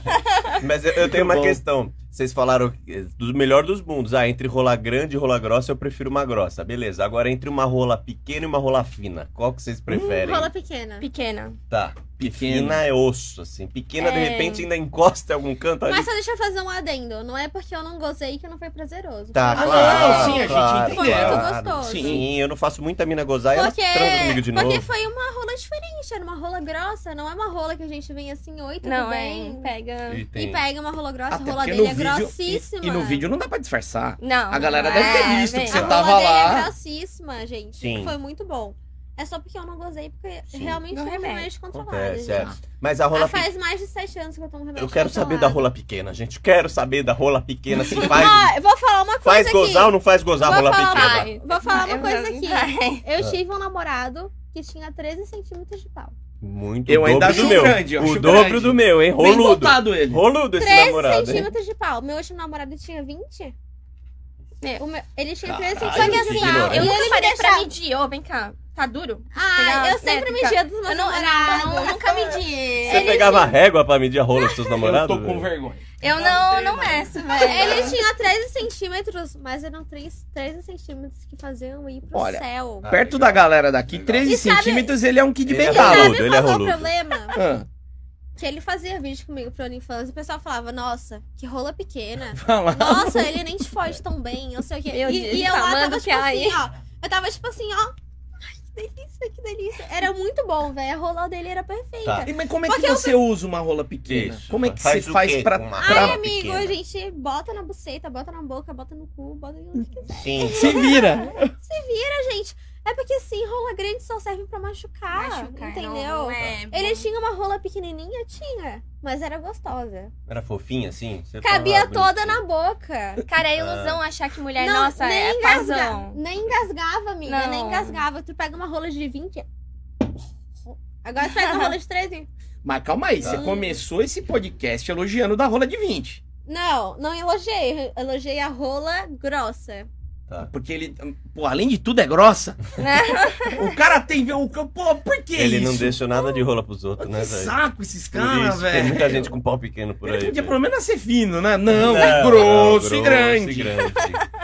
Mas eu, eu tenho
Muito
uma
bom.
questão. Vocês falaram eh, do melhor dos mundos. Ah, entre rola grande e rola grossa, eu prefiro uma grossa. Beleza. Agora, entre uma rola pequena e uma rola fina, qual que vocês preferem?
Hum, Rola pequena.
Pequena.
Tá.
Pequena.
Fina é osso, assim. Pequena, de
É.
repente, ainda encosta em algum canto ali.
Mas só deixa eu fazer um adendo. Não é porque eu não gozei que não foi prazeroso.
Tá,
Foi um
Ah,
claro.
não, sim, a gente
claro,
Foi muito
entendeu.
claro.
gostoso.
sim.
Sim, eu não faço muita mina gozar e ela
Porque,
transa comigo de
porque
novo.
foi uma rola diferente, era uma rola grossa, não é uma rola que a gente vem assim, oi, tudo
Não,
bem?
é. Pega.
E
E
tem-
pega uma rola grossa,
Até
a
Ah,
rola
porque
dele é
no vídeo- e-
grossíssima.
E, no vídeo não dá pra disfarçar.
Não.
A galera
não
deve ter
é,
visto que
vem.
você
a
tava
rola dele
lá.
é grossíssima, gente.
Sim.
Foi muito bom. É só porque eu não gozei, porque
Sim.
realmente
Não,
não,
remédio.
remédio controlado.
Acontece, é.
gente.
Mas a rola
Ah,
pequena.
faz mais de 7 anos que eu tomo remédio
Eu quero saber da
controlado.
rola pequena, gente. Eu Quero saber da rola pequena. Se faz,
Ó, eu vou falar uma Ah, coisa
faz
aqui.
gozar ou não faz gozar a
Vou
rola
falar
pequena?
Vai.
Vou falar uma
Eu
coisa
não-
aqui.
Vai.
(laughs) Ah.
Eu tive um namorado que tinha 13 centímetros de pau.
Muito
Eu
o
ainda
dobro
acho
do meu.
grande, eu
o
acho
dobro
grande.
do meu, hein?
Bem
É Roludo.
botado ele.
Roludo esse
13
namorado, hein?
centímetros de pau. Meu último namorado tinha 20.
É.
O meu- ele tinha 13
Caralho,
centímetros de
que
pau.
ignorante.
E
Eu
ele
nunca
me
parei pra
deixava.
medir. Ô, vem cá. Tá duro?
Ah, eu
Pegar
sempre me
métrica.
media dos
Eu
meus
não,
namorados.
não, nunca medi.
Você pegava régua pra medir a rola dos seus
Eu
namorados?
tô com
velho?
vergonha.
(laughs) Eu não, não meço, velho.
Ele tinha 13 centímetros, mas eram 3, 13 centímetros que faziam eu ir pro
Olha,
céu.
Ah,
Perto
legal.
da galera daqui,
Legal.
13
E sabe-
centímetros, ele é um kid
Ele é
bengala.
roludo, ele é
qual que o
roludo.
problema?
Ah,
Que ele fazia vídeo comigo pro OnlyFans e o pessoal falava, nossa, que rola pequena.
fala.
Nossa, ele nem te fode tão bem, eu sei o quê.
Meu
e,
Deus,
e eu lá
amando
tava
que
tipo assim,
aí.
ó. Eu tava tipo assim, ó. Ai, que delícia, que delícia. Era muito bom, velho. A rola dele era perfeita.
Tá.
E, Mas como é
Porque
que você usa uma rola pequena?
Isso,
Como é que
faz
você
o
faz
quê
pra.
com uma
pra-
Ai,
rola?
amigo,
pequena.
a gente bota na buceta, bota na boca, bota no cu, bota no que quiser, (laughs)
Sim.
Se vira.
gente. É porque assim, rola grande só serve pra machucar,
Machucar,
entendeu?
não é
Ele
bom.
tinha uma rola pequenininha? Tinha. Mas era gostosa.
Era fofinha assim? Você
Cabia
falava,
toda
bonitinho.
na boca.
Cara, é ilusão
Ah.
achar que mulher,
Não,
nossa,
nem
é
engasga-
pazão.
Nem engasgava, amiga.
Não.
Nem engasgava. Tu pega uma rola de 20. Agora tu pega uma rola de 13.
Mas calma aí,
Ah.
você
Hum.
começou esse podcast elogiando da rola de 20.
Não, não elogiei. Elogiei a rola grossa.
Porque ele, pô, além de tudo é grossa. o cara tem. O, pô, por que
Ele
isso?
não deixa nada de rola pros
Pô,
outros,
Que
né, velho?
saco esses
Por
caras,
isso, Tem
velho.
muita gente com pau pequeno por aí.
Ele podia
velho.
pelo menos ser fino, né? Não,
Não, não,
grosso, e
e
grande. (laughs)
grande.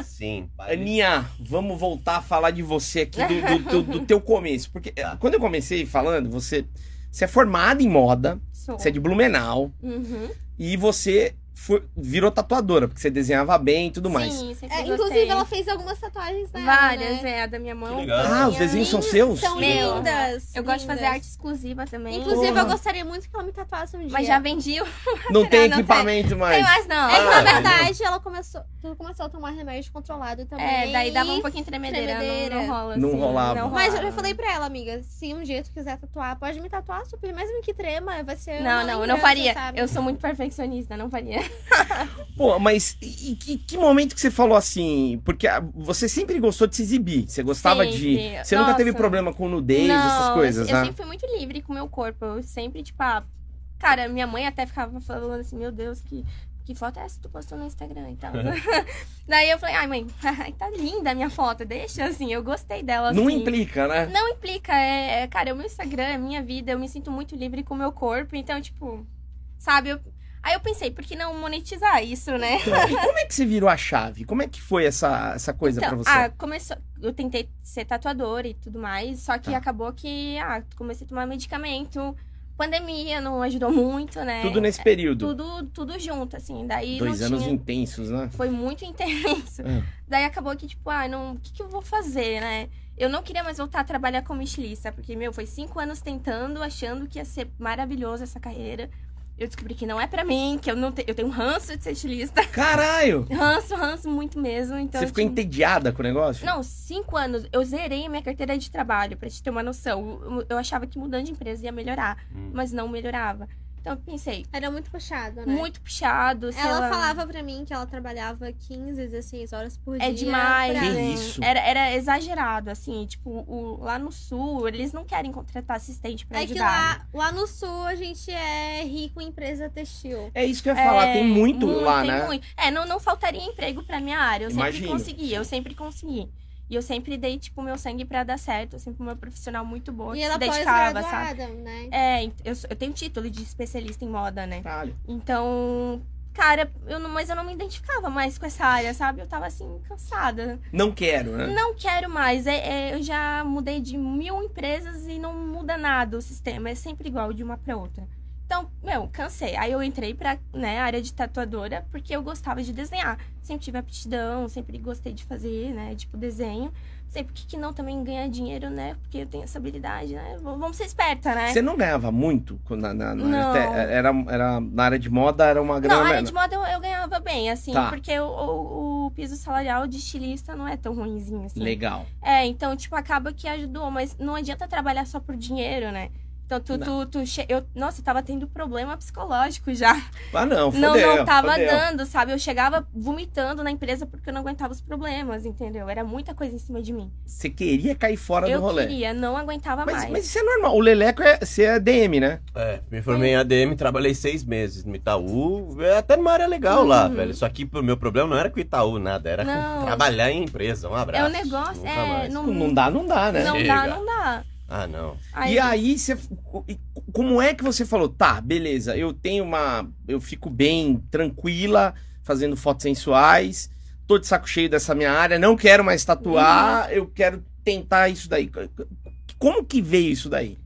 Sim.
Aninha, vamos voltar a falar de você aqui, do, do teu- do teu começo. Porque eh, quando eu comecei falando, você, você é formada em moda,
Sou.
você é de Blumenau,
Uhum.
e você foi- virou tatuadora, porque você desenhava bem e tudo mais.
Sim, sempre
É,
gostei.
inclusive, ela fez algumas tatuagens nela,
Várias,
né?
é, a da minha mão.
Que legal.
Ah, os desenhos são seus?
São
Meu,
lindas.
Eu gosto de fazer
lindas.
arte exclusiva também.
Inclusive,
Porra.
eu gostaria muito que ela me tatuasse um dia.
Mas já vendi o.
Não tem
Não, não
equipamento
Tem (laughs)
mais.
mais, não.
É que,
Ah,
na verdade, ela começou, tu começou a tomar remédio controlado também.
É, daí dava um pouquinho tremedeira.
tremedeira.
Não, não rola.
Não
assim,
rolava.
não
Mas eu
rola.
já falei pra ela, amiga, se um dia tu quiser tatuar, pode me tatuar super, mesmo que trema, vai ser uma
Não, não, eu não
lembrança,
faria.
sabe?
Eu sou muito perfeccionista, não faria.
Pô, mas e, e que, que momento que você falou assim? Porque ah, você sempre gostou de se exibir. Você gostava de.
Sempre.
Você nunca teve
Nossa.
problema com nudez, essas
Não,
coisas,
eu, eu
né?
sempre fui muito livre com o meu corpo. Eu sempre, tipo, ah, cara, minha mãe até ficava falando assim, meu Deus, que, que foto é essa que tu postou no Instagram e tal. (laughs) Daí eu falei, ai, mãe, (laughs) tá linda a minha foto, deixa assim, eu gostei dela.
Não
assim.
implica, né?
(laughs) Não implica, é, é, cara, é o meu Instagram, é a minha vida, eu me sinto muito livre com o meu corpo, então, tipo, sabe, eu- aí eu pensei, por que não monetizar isso, né?
E como é que você virou a chave? Como é que foi essa, essa coisa pra você?
ah, começou. Eu tentei ser tatuadora e tudo mais, só que
Tá.
acabou que, ah, comecei a tomar medicamento. Pandemia não ajudou muito, né?
Tudo nesse período.
tudo, tudo junto, assim. Daí
Dois
não
anos
tinha.
intensos, né?
Foi muito (laughs) intenso.
É.
Daí acabou que, tipo, ah, não, o que, que eu vou fazer, né? Eu não queria mais voltar a trabalhar como estilista, porque, meu, foi cinco anos tentando, achando que ia ser maravilhoso essa carreira. Eu descobri que não é pra mim, que eu não te... eu tenho ranço de ser estilista. (laughs)
Caralho!
Ranço, ranço muito mesmo. Então,
você ficou
tipo,
entediada com o negócio?
não, cinco anos. Eu zerei a minha carteira de trabalho, pra te ter uma noção. Eu, eu achava que mudando de empresa ia melhorar,
Hum.
mas não melhorava. Então eu pensei,
Era muito puxado, né?
muito puxado, sei
Ela
lá,
falava pra mim que ela trabalhava 15, 16 horas por dia.
É demais.
Que
pra-
né?
isso?
Era, era exagerado, assim, tipo, o- lá no sul, eles não querem contratar assistente pra
É que
ajudar.
lá, lá no sul a gente é rico em empresa textil.
É isso que eu ia falar. tem muito, lá,
tem
né?
muito. É, não, não faltaria emprego pra minha área. Eu
Imagino.
sempre consegui, eu sempre consegui. E eu sempre dei, tipo, meu sangue pra dar certo. Eu sempre fui uma profissional muito boa,
E
que
ela
se dedicava, sabe?
pós-graduada, né?
É, eu, sou- eu tenho título de especialista em moda, né?
Caralho.
Então, Cara, eu não- mas eu não me identificava mais com essa área, sabe? Eu tava assim, cansada.
Não quero, né?
Não quero mais. É- é, eu já mudei de mil empresas e não muda nada o sistema. É sempre igual de uma pra outra. Então, meu, cansei. Aí eu entrei pra né, área de tatuadora porque eu gostava de desenhar. Sempre tive aptidão, sempre gostei de fazer, né? Tipo, desenho. Sei por que que não também ganhar dinheiro, né? Porque eu tenho essa habilidade, né? V- Vamos ser esperta, né?
Você não ganhava muito quando na, na, na área
Não.
te- era, era na área de moda, era uma
Não,
grana.
a área de moda eu, eu ganhava bem, assim,
Tá.
porque o, o- o piso salarial de estilista não é tão ruimzinho, assim.
Legal.
É, então, tipo, acaba que ajudou, mas não adianta trabalhar só por dinheiro, né? Então, tu, tu, tu che- eu, nossa, eu tava tendo problema psicológico já.
Ah, não, fodeu,
não, não tava
fodeu.
dando, sabe? Eu chegava vomitando na empresa porque eu não aguentava os problemas, entendeu? Era muita coisa em cima de mim.
Você queria cair fora
eu
do rolê.
queria, não aguentava
Mas,
mais.
mas isso é normal. O Leleco é, você é DM, né?
É, me formei em ADM, trabalhei seis meses no Itaú, é até numa área legal lá,
Uhum.
velho. Só que o meu problema não era com o Itaú, nada, era
Não.
trabalhar em empresa, um abraço.
é um negócio,
nunca
é,
mais.
não,
Não dá, não dá, né?
não dá,
Chega.
não dá.
Ah, não.
E aí, você, e como é que você falou? Tá, beleza, eu tenho uma. Eu fico bem tranquila fazendo fotos sensuais, tô de saco cheio dessa minha área, não quero mais tatuar, eu quero tentar isso daí. Como que veio isso daí?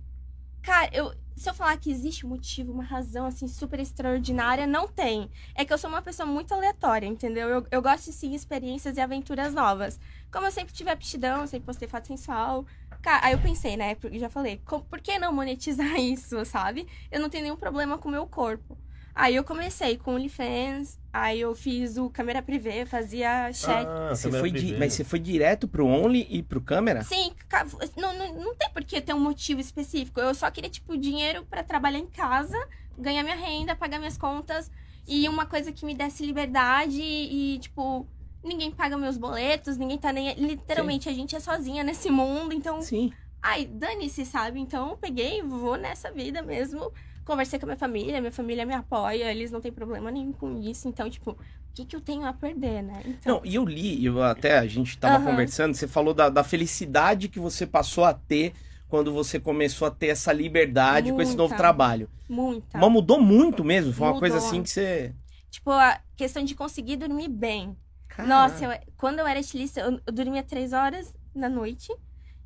Cara, eu, se eu falar que existe um motivo, uma razão, assim, super extraordinária, não tem. É que eu sou uma pessoa muito aleatória, entendeu? Eu, eu gosto de seguir experiências e aventuras novas. Como eu sempre tive aptidão, sempre postei foto sensual. Cara, aí eu pensei, né? porque Já falei, co- por que não monetizar (laughs) isso, sabe? Eu não tenho nenhum problema com o meu corpo. Aí eu comecei com o OnlyFans, aí eu fiz o câmera privê, fazia chat.
Ah,
Você
câmera
foi di-
privê.
mas você foi direto pro Only e pro câmera?
Sim, ca- não, não, não tem por que ter um motivo específico. Eu só queria, tipo, dinheiro pra trabalhar em casa, ganhar minha renda, pagar minhas contas e uma coisa que me desse liberdade e, tipo, ninguém paga meus boletos, ninguém tá nem. Literalmente, a gente é sozinha nesse mundo, então.
Sim.
Ai, dane-se, sabe? Então eu peguei, vou nessa vida mesmo. Conversei com a minha família, minha família me apoia, eles não têm problema nenhum com isso. Então, tipo, o que, que eu tenho a perder, né? Então,
Não, e eu li, eu até a gente tava
Aham.
conversando, você falou da, da felicidade que você passou a ter quando você começou a ter essa liberdade com esse
Muita.
novo trabalho.
muita.
Mas mudou muito mesmo, foi uma
Tá. Mudou.
coisa assim que você.
Tipo, a questão de conseguir dormir bem.
Caraca.
Nossa, eu- quando eu era estilista, eu, eu dormia três horas na noite.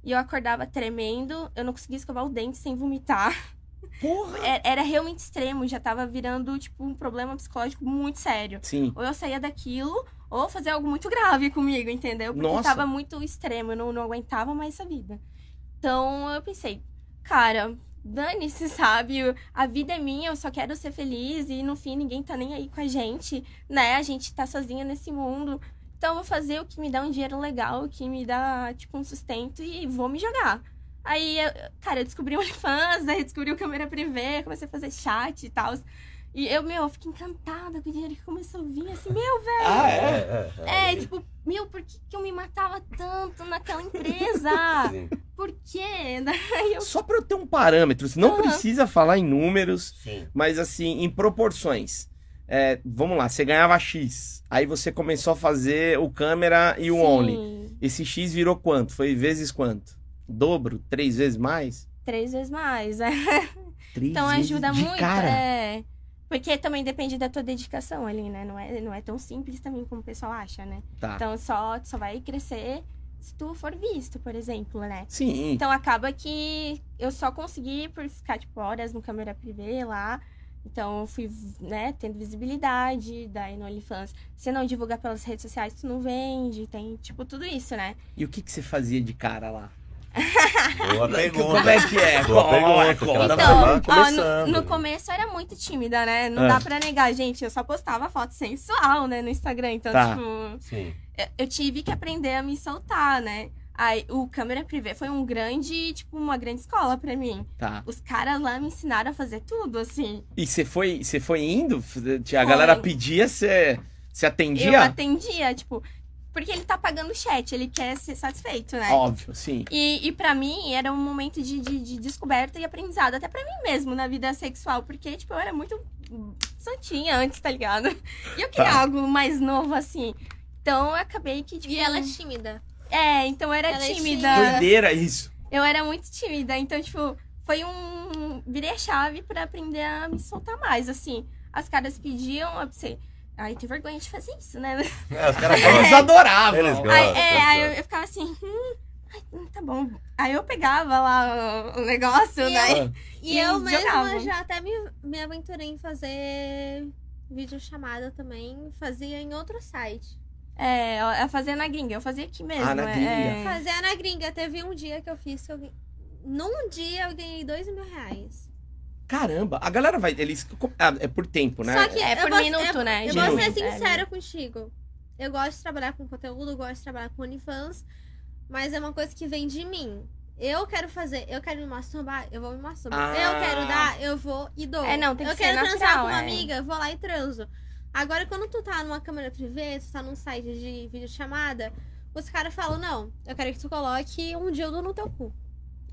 E eu acordava tremendo, eu não conseguia escovar o dente sem vomitar.
Porra!
Era, era realmente extremo, já tava virando, tipo, um problema psicológico muito sério.
Sim.
Ou eu saía daquilo, ou fazia algo muito grave comigo, entendeu? Porque
Nossa.
tava muito extremo, eu não, não aguentava mais essa vida. Então eu pensei, cara, dane-se, (laughs) sabe? A vida é minha, eu só quero ser feliz e no fim ninguém tá nem aí com a gente, né? A gente tá sozinha nesse mundo. Então eu vou fazer o que me dá um dinheiro legal, o que me dá, tipo, um sustento e vou me jogar. Aí, eu- cara, eu descobri o (laughs) OnlyFans, aí descobri o câmera privê, comecei a fazer chat e tal. E eu, meu, eu fiquei encantada com o dinheiro que começou a vir, assim, meu,
Ah,
É,
é?
é,
é,
Aí,
tipo, meu, por que, que eu me matava tanto
(laughs)
naquela empresa?
sim,
por quê? né?
Só pra eu ter um parâmetro, você não
Aham.
precisa falar em números,
(laughs)
sim.
mas assim, em proporções. É, vamos lá, você ganhava X, aí você começou a fazer o câmera e o Only.
Sim,
Esse X virou quanto? Foi vezes quanto? Dobro? Três vezes mais?
Três vezes mais, né?
Três
Então
vezes
ajuda
de
muito,
cara.
é. Porque também depende da tua dedicação ali, né? Não é, não é tão simples também como o pessoal acha, né?
Tá.
Então só, só vai crescer se tu for visto, por exemplo, né?
Sim.
Então acaba que eu só consegui por ficar, tipo, horas no câmera privê lá. Então eu fui, né, tendo visibilidade, daí no OnlyFans. Se não divulgar pelas redes sociais, tu não vende, tem, tipo, tudo isso, né?
E o que, que você fazia de cara lá?
Boa
Como
pergunta.
é que é?
Boa
Qual é?
pergunta,
Qual é?
cara. Ela
Então,
tava
ó,
começando.
no, no começo eu era muito tímida, né? Não
É.
dá pra negar, gente. Eu só postava foto sensual, né, no Instagram. Então,
Tá.
tipo,
Sim.
eu- eu tive que aprender a me soltar, né? Aí, o câmera privê foi um grande, tipo, uma grande escola pra mim.
Tá.
Os caras lá me ensinaram a fazer tudo, assim.
E você foi, você foi indo? A galera pedia, você, você
Eu
atendia?
atendia, tipo, porque ele tá pagando o chat, ele quer ser satisfeito, né?
Óbvio, sim.
E, e para mim era um momento de, de- de descoberta e aprendizado, até pra mim mesmo na vida sexual, porque, tipo, eu era muito santinha antes, tá ligado? E eu queria
Tá.
algo mais novo assim. Então eu acabei que, tipo.
E ela é tímida.
É, então eu era
Ela é
tímida.
tímida.
Doideira isso.
Eu era muito tímida, então, tipo, foi um. Virei a chave pra aprender a me soltar mais, assim. As caras pediam, eu pensei, Ai, que vergonha de fazer isso, né?
É, os caras
Eles
gostam.
adoravam.
Eles gostam.
Aí, é, aí eu,
gostam.
eu ficava assim, hum, ai, tá bom. Aí eu pegava lá o, o negócio,
E
né?
E,
E
eu mesma
jogava.
já até me, me aventurei em fazer videochamada também. Fazia em outro site.
É, eu, eu fazia na gringa, eu fazia aqui mesmo.
Ah, na
é,
gringa.
é.
Fazia na gringa. Teve um dia que eu fiz que eu... gan- Num dia eu ganhei dois mil reais.
Caramba, a galera vai. Eles, ah, é por tempo, né?
Só que
É
eu
por
vou-
minuto,
eu-
né?
Eu
gente?
vou ser
Minuto.
sincera contigo. Eu gosto de trabalhar com conteúdo, eu gosto de trabalhar com OnlyFans, mas é uma coisa que vem de mim. Eu quero fazer, eu quero me masturbar, eu vou me masturbar.
Ah.
Eu quero dar, eu vou e dou.
É, não, tem que
Eu
ser
quero transar
natural,
com uma
é.
amiga, eu vou lá e transo. Agora, quando tu tá numa câmera privê, tu tá num site de videochamada, os caras falam, não, eu quero que tu coloque um dildo no teu cu.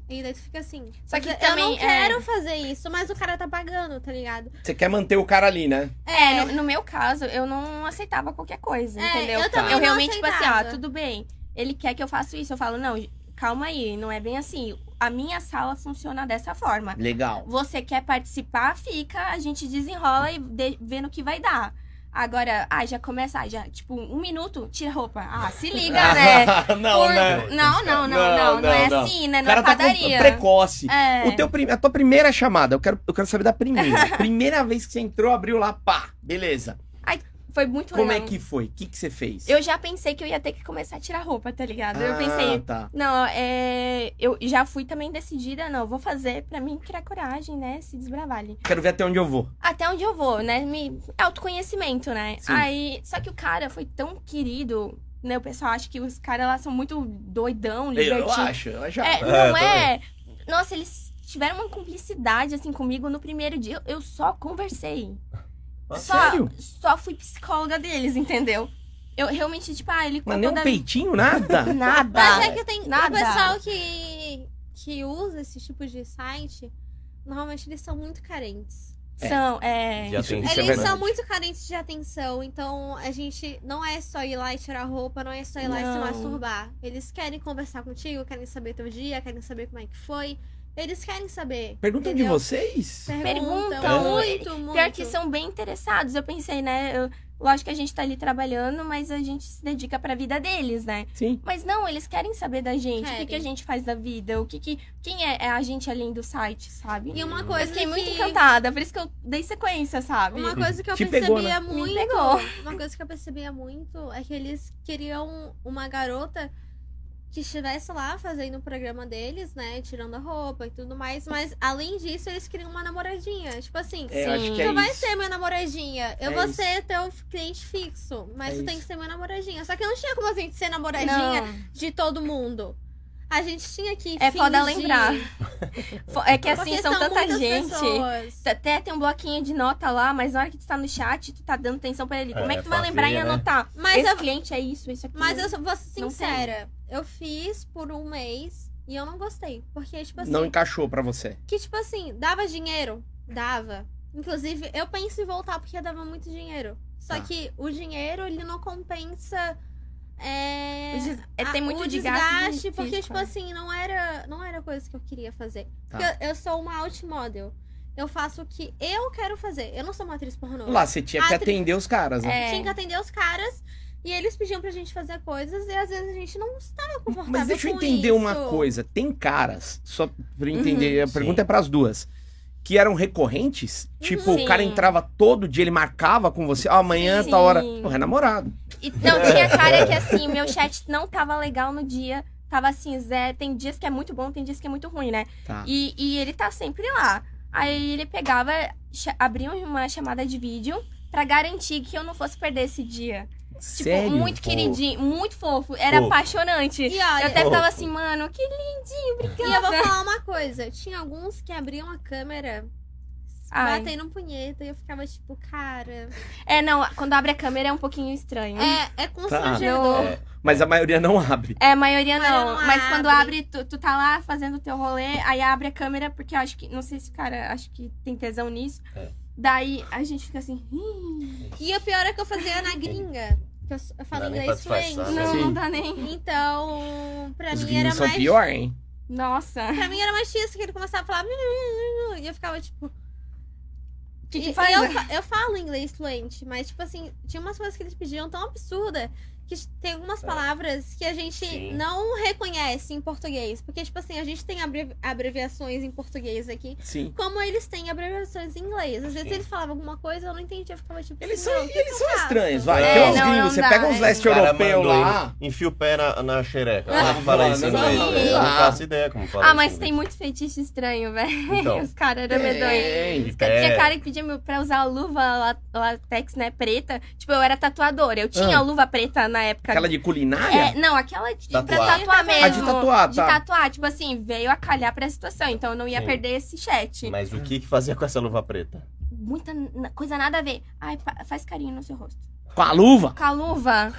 E daí tu fica assim.
Só que
eu
também,
não
é.
quero fazer isso, mas o cara tá pagando, tá ligado?
Você quer manter o cara ali, né?
É, no, no meu caso, eu não aceitava qualquer coisa,
É,
entendeu?
eu também
eu
não
realmente, tipo assim, ó,
aceitava.
tudo bem. Ele quer que eu faça isso. Eu falo, não, calma aí, não é bem assim. A minha sala funciona dessa forma.
Legal.
Você quer participar, fica, a gente desenrola e de- vê no que vai dar. Agora, ah, já começa, ah, já, tipo, um minuto, tira a roupa. Ah,
(laughs)
se liga, né?
não,
Por-
né?
Não, não, não, não,
Não,
não,
não,
é
não.
assim, né?
o
Não
cara
é
tá com
padaria.
precoce.
É.
O teu, prim- a tua primeira chamada, eu quero, eu quero saber da
(laughs)
primeira. primeira vez que você entrou, abriu lá, pá, beleza.
Foi muito
Como é
legal.
que foi? O que, que você fez?
Eu já pensei que eu ia ter que começar a tirar roupa, tá ligado? eu
Ah,
pensei,
Tá.
não, é. Eu já fui também decidida, não, vou fazer pra mim criar coragem, né? Se desbravalhe.
Quero ver até onde eu vou.
Até onde eu vou, né? Me... Autoconhecimento, né?
Sim.
Aí. Só que o cara foi tão querido, né? O pessoal acha que os caras lá são muito doidão,
Eu
libertinos.
acho, eu acho.
É,
É, eu
não é. Nossa, eles tiveram uma cumplicidade assim comigo no primeiro dia. Eu só conversei.
Ah,
só,
sério?
só fui psicóloga deles, entendeu? Eu realmente, tipo, ah, ele
Mas
contou
nem um
da-
peitinho, nada.
Nada.
Mas é que tem
Tá. Nada.
o pessoal que, que usa esse tipo de site, normalmente eles são muito carentes.
São, é.
Já tem-
Isso é
eles
verdade.
são muito carentes de atenção, então a gente não é só ir lá e tirar roupa, não é só ir lá e se
Não.
masturbar. Eles querem conversar contigo, querem saber teu dia, querem saber como é que foi. Eles querem saber.
Perguntam de
entendeu? É.
vocês?
Perguntam,
Perguntam.
muito, muito.
Pior que são bem interessados. Eu pensei, né? Eu... Lógico que a gente tá ali trabalhando, mas a gente se dedica pra vida deles, né?
Sim.
Mas não, eles querem saber da gente. O que, que a
Querem.
gente faz da vida? O que que... Quem é, é a gente além do site, sabe?
E uma
Eu
coisa
fiquei muito
que
encantada, por isso que eu dei sequência, sabe?
Uma coisa que eu
Te
percebia
pegou, né?
Me
muito.
pegou.
Uma coisa que eu percebia muito é que eles queriam uma garota que estivesse lá fazendo o programa deles, né? Tirando a roupa e tudo mais. Mas além disso, eles queriam uma namoradinha. Tipo assim,
É, eu acho que
tu
é
vai
isso.
ser minha namoradinha. Eu
É
vou
isso.
ser teu cliente fixo. Mas
É
tu tem
isso.
que ser minha namoradinha. Só que não tinha como a gente ser namoradinha
Não,
de todo mundo. A gente tinha que.
é foda
fingir,
lembrar. Fo- É que
porque
assim, são, tanta
muitas
gente.
pessoas.
Até tem um bloquinho de nota lá, mas na hora que tu tá no chat, tu tá dando atenção pra ele. Como é,
É,
que tu vai
pra
lembrar
ver,
e
né?
anotar?
Mas
Esse
eu
cliente é isso, isso aqui.
Mas eu sou- vou ser
Não tem.
sincera. Eu fiz por um mês e eu não gostei. Porque, tipo assim,
Não encaixou pra você.
que tipo assim, dava dinheiro? Dava. Inclusive, eu penso em voltar porque dava muito dinheiro. Só
Tá.
que o dinheiro, ele não compensa. É...
O des- é,
a-
tem muito
o
de gasto
desgaste,
físico,
porque, tipo
né?
assim, não era, não era coisa que eu queria fazer.
Tá.
Porque eu, eu sou uma out model. Eu faço o que eu quero fazer. Eu não sou uma atriz pornô.
Lá, você tinha que
Atri-
atender os caras, né?
É.
Tinha que atender os caras e eles pediam pra gente fazer coisas e às vezes a gente não estava confortável.
Mas deixa eu
Tá, com
entender
isso.
uma coisa. Tem caras, só pra eu entender, a
Sim.
pergunta é pras duas, que eram recorrentes? Tipo,
Sim.
o cara entrava todo dia, ele marcava com você, ó, amanhã,
Sim.
tá hora. Porra, é namorado.
assim,
E, não,
É.
tinha cara que assim, meu chat não tava legal no dia. Tava assim, Zé. Tem dias que é muito bom, tem dias que é muito ruim, né?
Tá.
E, e ele tá sempre lá. Aí ele pegava, cha- abria uma chamada de vídeo pra garantir que eu não fosse perder esse dia. Tipo,
Sério?
muito
Pô.
queridinho, muito fofo. Era
Fofo.
apaixonante.
E
Eu
olha,
até
Fofo.
ficava assim, mano, que
e eu vou falar uma coisa. Tinha alguns que abriam a câmera,
Ai.
batendo punheta e eu ficava tipo, cara.
É, não, quando abre a câmera é um pouquinho
Hum.
estranho.
É,
Tá.
é
Não.
constrangedor.
É.
Mas a maioria não abre.
É, a maioria
A
não.
maioria não
mas
abre.
quando abre, tu, tu tá lá fazendo o teu rolê, aí abre a câmera, porque eu acho que. Não sei se o cara acho que tem tesão nisso.
É.
Daí a gente fica assim. "Ih,
E o pior é que eu fazia na gringa. Que eu, eu falo
Dá nem
inglês
pra disfarçar,
fluente.
né?
Não,
Sim.
não dá nem.
Então, pra
Os
mim era
guinhos são
mais.
pior, hein?
Nossa.
Pra mim era mais isso que ele começava a falar. "Hum, hum, hum", E eu ficava tipo.
que, que
E-
faz?
e eu, fa- eu falo inglês fluente, mas, tipo assim, tinha umas coisas que eles pediam tão absurda que tem
É.
algumas palavras que a gente
Sim.
não reconhece em português. Porque, tipo assim, a gente tem abrevi- abreviações em português aqui,
Sim.
como eles têm abreviações em inglês. Às vezes
Sim.
eles falavam alguma coisa, eu não entendia, eu ficava tipo.
Eles
assim,
são,
"Não, o que
eles
que
são
eu faço?"
estranhos, vai.
É,
Tem uns
não,
gringos,
não
você
dá,
pega uns
é.
leste
O cara
europeu
mandou
lá.
en- Enfia o pé na, na xereca.
Ah,
Como fala isso em
mano,
inglês?
não,
Eu
não.
não faço ideia como fala
Ah,
isso em
mas tem
inglês.
muito fetiche estranho, velho.
Então.
(laughs) Os caras
É.
eram medonhos.
É.
Tem.
Porque Tinha cara que pedia meu, pra usar luva la- latex, né, preta. Tipo, eu era tatuadora. Eu tinha
Ah.
luva preta na época.
Aquela de culinária?
É, não, aquela de, pra
Tatuar.
tatuar mesmo.
Ah, de tatuar,
De
tá.
tatuar, tipo assim, veio a calhar pra situação. Então eu não ia
Sim.
perder esse chat.
Mas o que que fazia com essa luva preta?
Muita n- coisa nada a ver. Ai, pa- faz carinho no seu rosto.
Com a luva?
Com
(laughs)
a luva.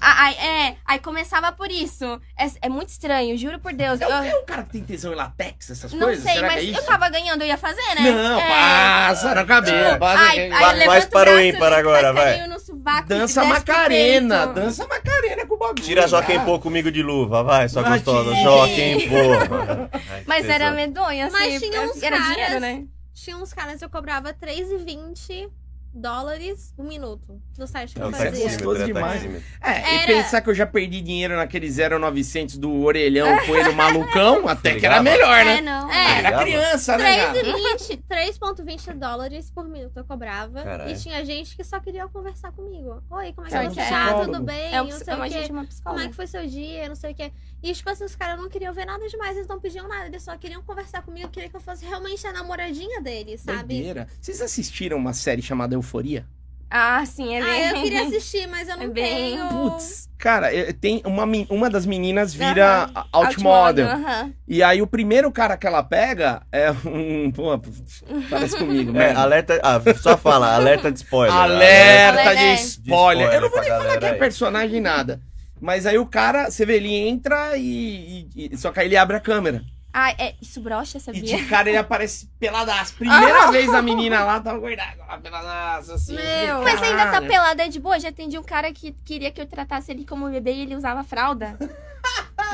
Ah, ai, é, aí começava por isso. É, é muito estranho, juro por Deus. Eu-
É um cara que tem tesão em latex, essas
não
coisas?
sei,
Será
mas
que é
eu
isso?
tava ganhando, eu ia fazer, né?
Não,
É. Tipo,
passa na cabeça. passa
Ai,
aqui.
ai,
Vai-
levanta
faz
o
para o
braço, né?
ímpar
faz
agora, vai.
carinho no sovaco,
dança
desce pro
Macarena,
peito.
dança Macarena com o bagulho.
Tira Joaquim
cara.
Pô comigo de luva, vai, sua
Ah,
gostosa.
sim.
Joaquim Pô. Ai, que
(laughs) Mas era
tesão.
medonha, assim.
Mas tinha uns
era
caras-
dinheiro, né?
Tinha uns caras que eu cobrava 3,20 dólares um minuto no site que
É
eu
um
Nossa,
fazia.
gostoso
taxímetro, é
demais.
taxímetro.
É,
Era.
e pensar que eu já perdi dinheiro naquele 0900 do orelhão coelho
(laughs)
malucão, até que era
Ligava?
melhor, né?
É, não.
É.
Era
Ligava?
criança, né? cara?
3,20 3,20 dólares por minuto eu cobrava.
Caralho.
E tinha gente que só queria conversar comigo. Oi, como é que
Era um
você tá?
psicólogo.
Tudo bem?
É um,
não sei
a
o
gente
quê.
chama
Como
psicólogo.
é que foi seu dia? Não sei o quê. E, tipo assim, os caras não queriam ver nada demais, eles não pediam nada, eles só queriam conversar comigo, queriam que eu fosse realmente a namoradinha deles, sabe?
Doideira. Vocês assistiram uma série chamada Euforia?
Ah, sim, é bem.
Ah, eu
(laughs)
queria assistir, mas eu não
É bem-
tenho.
Putz, cara, eh, tem uma, men- uma das meninas vira
Aham.
outmodel. model.
aham.
E aí o primeiro cara que ela pega é um. Pô, parece comigo,
É,
né?
alerta. Ah, só fala, alerta de spoiler.
Alerta de
Alerta de
spoiler. Eu não vou
pra
nem falar
galera
que é
aí.
personagem nada. Mas aí o cara, você vê, ele entra e, e- e- Só que aí ele abre a câmera.
Ah, é, isso brocha,
E
sabia?
de cara ele aparece peladaço.
(laughs)
Primeira vez a menina lá tá tava gordada, lá, peladaço, assim.
Meu.
caralho.
(laughs) Mas ainda tá pelada é de boa. Já atendi um cara que queria que eu tratasse ele como bebê e ele
(laughs)
usava fralda.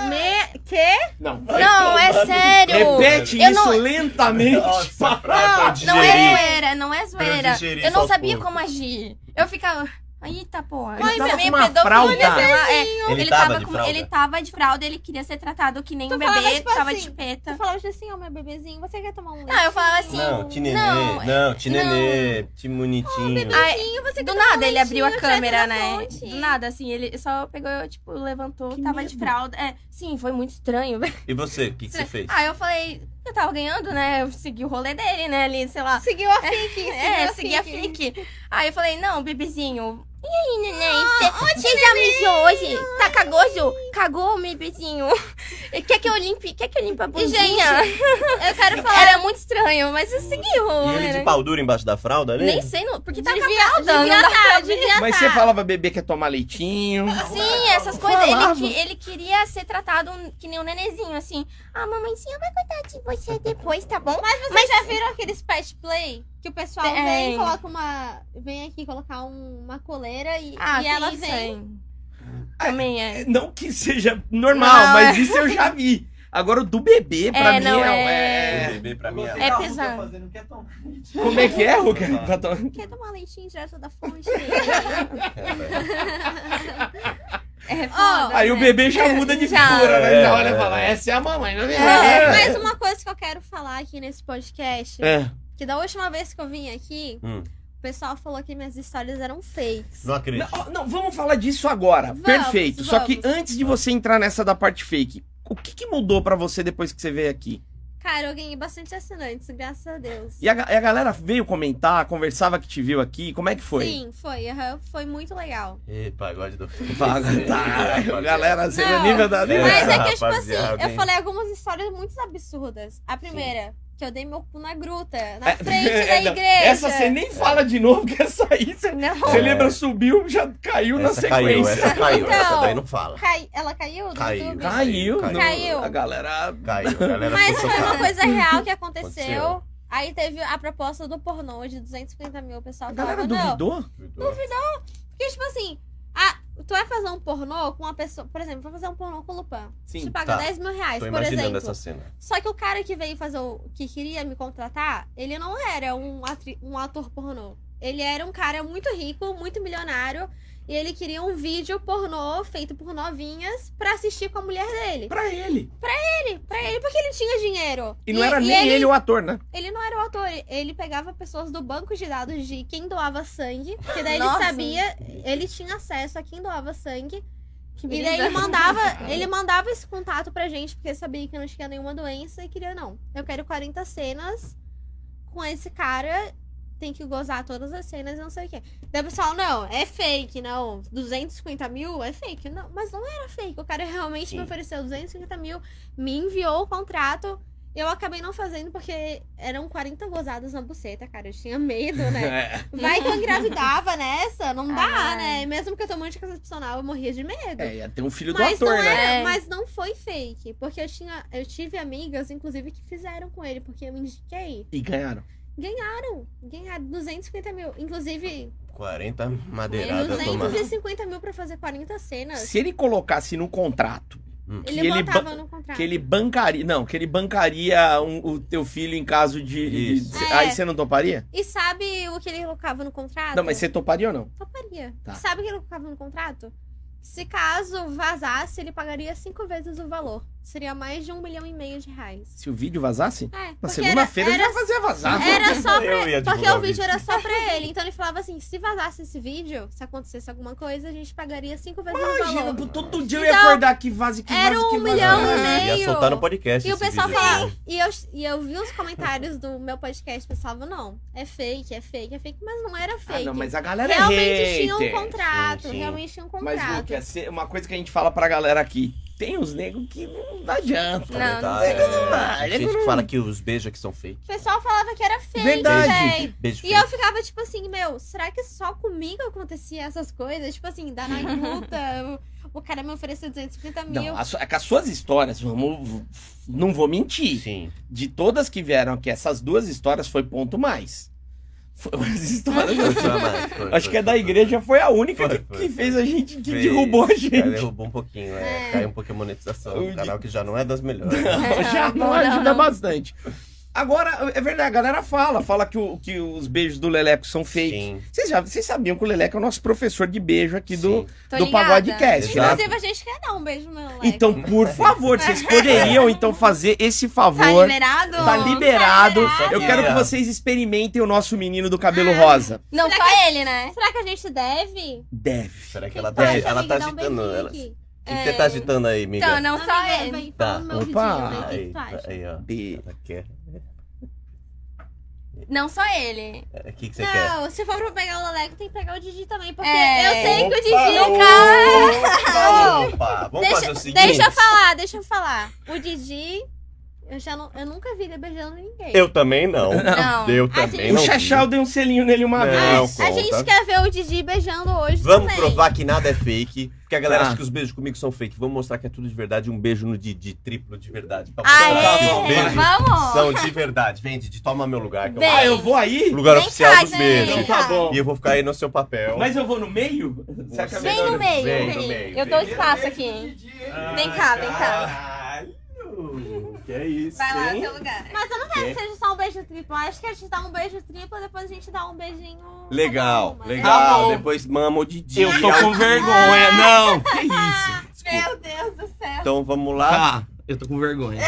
Me... Que?
Não.
não, é sério.
Repete
Eu
isso
não-
lentamente.
Nossa,
Não,
pra
não é
digerir.
zoeira, não é zoeira.
Pra eu digerir
Eu
só
não
aos
sabia
poucos.
como agir. Eu ficava. Eita, porra.
Ele
Mas
tava
é meio
com uma
pedofilia,
fralda.
sei lá. É,
Ele,
ele,
tava,
tava
de
com-
fralda.
ele tava de fralda, ele queria ser tratado que nem
Tu
um
falava,
bebê,
tipo
tava
assim,
de
Tu
peta.
falava assim, ó, meu bebezinho, você quer tomar um leite?
Não, eu falava assim.
Não, tipo- tinenê.
Não, é
Não, tinenê. Timonitinho.
Ai,
você
do
quer
nada
tomar um
ele abriu a
leitinho, já tá
câmera,
na
né?
fonte.
Do nada, assim, ele só pegou, eu, tipo, levantou,
Que
tava de
medo.
fralda. É, sim, foi muito estranho. (laughs)
E você, o que, que você fez?
Ah, eu falei, eu tava ganhando, né? Eu segui o rolê dele, né? Ali, sei lá.
Seguiu a Fink.
(laughs) É, eu segui a Flick. Aí eu falei, não, bebezinho. E aí,
Ah,
neném? Você já mijou hoje? Tá cagoso? Cagou, bebezinho? (laughs) E Quer que eu limpe? Quer que eu limpe a
E,
bundinha?
gente, eu
(laughs)
quero falar.
Era muito estranho, mas eu segui o
E
rolê,
ele de
né?
pau duro embaixo da fralda ali?
Nem sei, não, porque tá com
devia,
a fralda,
devia
não dá pra
tá,
ver.
devia
Mas
tá.
você falava bebê quer tomar leitinho.
Sim, essas coisas. Ele,
Falava.
que- ele queria ser tratado que nem um nenezinho, assim. Ah, mamãezinha vai cuidar de você depois, tá bom?
Mas vocês já viram aqueles pet play? Que o pessoal
Tem.
vem e coloca uma. Vem aqui colocar um- uma coleira e,
Ah,
e
tem
ela
isso
vem.
aí. Também é.
Não que seja normal,
Não,
mas isso eu já vi. Agora o do bebê, pra
É,
mim,
não,
é...
O bebê pra mim
É
tá
pesado.
Como é que é, Ruka? Pra to-
Quer tomar leitinho direto
(laughs)
da fonte?
É
foda,
Aí o bebê já muda de figura, né?
É,
Já olha e
é.
fala, essa é a mamãe, não é?
Não,
minha?"
Mas uma coisa que eu quero falar aqui nesse podcast,
É.
que da última vez que eu vim aqui,
Hum.
o pessoal falou que minhas histórias eram fakes.
Não acredito.
Não, não, vamos falar disso agora.
Vamos,
Perfeito. Só que
vamos.
antes de você entrar nessa da parte fake, o que, que mudou pra você depois que você veio aqui?
Cara, eu ganhei bastante assinantes, graças a Deus.
E a, ga- e a galera veio comentar, conversava que te viu aqui, como é que foi?
Sim, foi. aham, Foi muito legal.
Ih, pagode do
Fala,
(laughs)
tá, galera, assim, o
Não,
nível da...
É,
Mas é que, tipo assim,
rapaziada,
eu
hein?
falei algumas histórias muito absurdas. A primeira, que eu dei meu cu na gruta, na
É,
frente
(laughs)
da
é, não,
igreja.
Essa você nem fala de novo, que essa aí você,
Não.
você
É.
lembra, subiu, já caiu na
Essa caiu,
sequência.
essa caiu. Essa
Então.
daí não fala.
Cai- Ela caiu do
Caiu.
YouTube?
Caiu.
no-
Caiu.
A galera.
Caiu, a galera
Mas
ficou
foi uma
chocada.
coisa real que aconteceu.
Aconteceu.
Aí teve a proposta do pornô de 250 mil, o pessoal
A galera
falava, não.
duvidou?
Porque, tipo assim, ah, tu vai fazer um pornô com uma pessoa. Por exemplo, vou fazer um pornô com o Lupin.
Sim,
Te paga
tá.
10 mil reais,
Tô
por
imaginando
exemplo.
essa cena.
Só que o cara que veio fazer o. que queria me contratar, ele não era um, atri- um ator pornô. Ele era um cara muito rico, muito milionário. E ele queria um vídeo pornô feito por novinhas pra assistir com a mulher dele.
Pra ele.
Ele, pra ele, porque ele tinha dinheiro.
E não era nem ele... o ator, né?
Ele não era o ator, ele pegava pessoas do banco de dados de quem doava sangue, porque daí
Nossa.
ele sabia, ele tinha acesso a quem doava sangue,
Que
e
beleza.
daí ele
(laughs)
mandava, ele mandava esse contato pra gente, porque sabia que não tinha nenhuma doença e queria, não, eu quero 40 cenas com esse cara, tem que gozar todas as cenas, não sei o quê. Daí o pessoal, não, é fake, não, 250 mil é fake, não, mas não era fake, o cara realmente
Sim.
me ofereceu 250 mil, me enviou o contrato, eu acabei não fazendo porque eram 40 gozadas na buceta, cara. Eu tinha medo,
(laughs)
né?
É,
Vai que eu engravidava nessa, não dá,
Ai.
né? Mesmo que eu tomando anticoncepcional, eu morria de medo.
É, ia ter um filho do
Mas
ator,
não
né?
era,
É.
mas não foi fake. Porque eu tinha. Eu tive amigas, inclusive, que fizeram com ele, porque eu indiquei.
E ganharam.
Ganharam. Ganharam 250 mil. Inclusive,
40 madeiradas tomando.
250 mil pra fazer 40 cenas.
Se ele colocasse no contrato que
Ele,
ele
botava
ba-
no contrato.
que ele bancaria. Não, que ele bancaria um- o teu filho em caso de. de-
Isso.
de-
É. Ah,
Aí você não toparia?
E sabe o que ele colocava no contrato?
Não, mas você toparia ou não?
Toparia.
Tá.
Sabe o que ele colocava no contrato? Se caso vazasse, ele pagaria cinco vezes o valor. Seria mais de um milhão e meio de reais.
Se o vídeo vazasse?
É,
Na
porque era,
segunda-feira ele
era,
já fazia vazar.
era
(laughs)
só
É,
pra...
Eu ia
tipo,
Porque
divulgar
o vídeo era só pra ele. Então ele falava assim, se vazasse esse vídeo, se acontecesse alguma coisa, a gente pagaria cinco vezes o
Imagina,
valor.
pô, todo dia eu ia
Então,
acordar que vaze, que
era
vaze, que
um
vaze.
milhão,
Ah,
né?
Ia
meio.
soltar no podcast.
E o
esse
pessoal
vídeo,
fala-
né?
E eu, e eu vi os comentários do meu podcast, o pessoal falava, não, é fake, é fake, é fake. Mas não era
Ah,
fake.
não, mas a galera é
Realmente
hater.
tinha um contrato,
Sim, sim.
realmente tinha um contrato.
Mas, Luke, é uma coisa que a gente fala pra galera aqui. Tem uns negros que não adianta.
Não, não
Tá,
tem.
é,
Ele
Tem gente que fala que os beijos aqui são fake.
O pessoal falava que era fake,
Verdade.
velho.
Beijo
E
fake.
eu ficava tipo assim, meu, será que só comigo acontecia essas coisas? Tipo assim, dar na luta, o, o cara me ofereceu 250 mil.
Não, a su- é que as suas histórias, vamos, não vou mentir.
Sim.
De todas que vieram aqui, essas duas histórias foi ponto mais. Foi as histórias.
(laughs)
assim.
Foi, foi a mais,
Acho
foi, foi,
que a
foi,
da
foi,
igreja foi a única
Foi,
que,
foi,
que
foi.
fez a gente, que
(laughs) Fez.
derrubou a gente.
foi. Cara, derrubou um pouquinho, é.
É.
Caiu um pouquinho a monetização
O
do canal, que já não é das (laughs) melhores.
Não, (laughs) já não,
Não,
ajuda
não.
bastante. Agora, é verdade, a galera fala, fala que, o- que os beijos do Leleco são fake.
Sim,
Vocês, já, vocês sabiam que o Leleco é o nosso professor de beijo aqui do,
sim.
Tô
do
ligada.
Pagodecast, né?
Exato.
Inclusive, a gente quer dar um beijo no Leleco.
Então, por favor, vocês poderiam então fazer esse
Tá
favor.
liberado?
Tá liberado.
liberado.
Eu quero que vocês experimentem o nosso menino do cabelo rosa.
Não,
Será
só ele, né?
Será que a gente deve?
Deve.
Será que ela tá,
Pode, amiga,
ela tá
dá um
agitando?
beijinho
ela- O
aqui.
que que você
É.
tá agitando aí, amiga?
Então, não só
Amiga,
ele.
vem, fala no meu
Opa.
ouvidinho, vem, o que
Aí,
que tu acha?
aí, ó. é,
De-
Ela quer.
Não só ele.
O que, que você quer?
Não, se for pra pegar o Leleco, tem que pegar o Didi também, porque
É.
eu sei que o Didi...
Opa, opa, Vamos
Deixa,
fazer o seguinte.
deixa eu falar, deixa eu falar. O Didi, eu, já não, eu nunca vi ele beijando ninguém.
Eu também não.
Não.
Eu
A
também
gente-
O
não. vi.
Chachá, eu dei um selinho nele uma
Não.
vez.
a
conta.
gente quer ver o Didi beijando hoje
Vamos
também.
provar que nada é fake. Porque a galera
Tá.
acha que os beijos comigo são fake. Vamos mostrar que é tudo de verdade. Um beijo no Didi, triplo de verdade. Pra
Tá
mostrar que os
Aê!
beijos
Vamos!
são de verdade. Vem, Didi, toma meu lugar. Que eu
Ah,
Bem.
eu vou aí?
o lugar
Vem
oficial
cá,
dos
vem.
Então
beijos.
tá bom.
E eu vou ficar aí no seu papel.
Mas eu vou no meio? Será que é
Vem
melhor
Vem
um
no
eu-
meio,
Vem,
vem.
no meio,
Eu
vem.
dou espaço aqui, hein? Vem cá, vem cá.
Caralho! Que é isso,
Vai lá,
hein?
teu lugar.
Mas eu não quero que seja só um beijo triplo. Eu acho que a gente dá um beijo triplo e depois a gente dá um beijinho. cada
Legal,
uma. né?
Tá
legal.
bom.
Depois mama o Didi.
Eu tô com vergonha, não. Que isso? Desculpa.
Meu Deus do céu.
Então vamos lá.
Tá, eu tô com vergonha.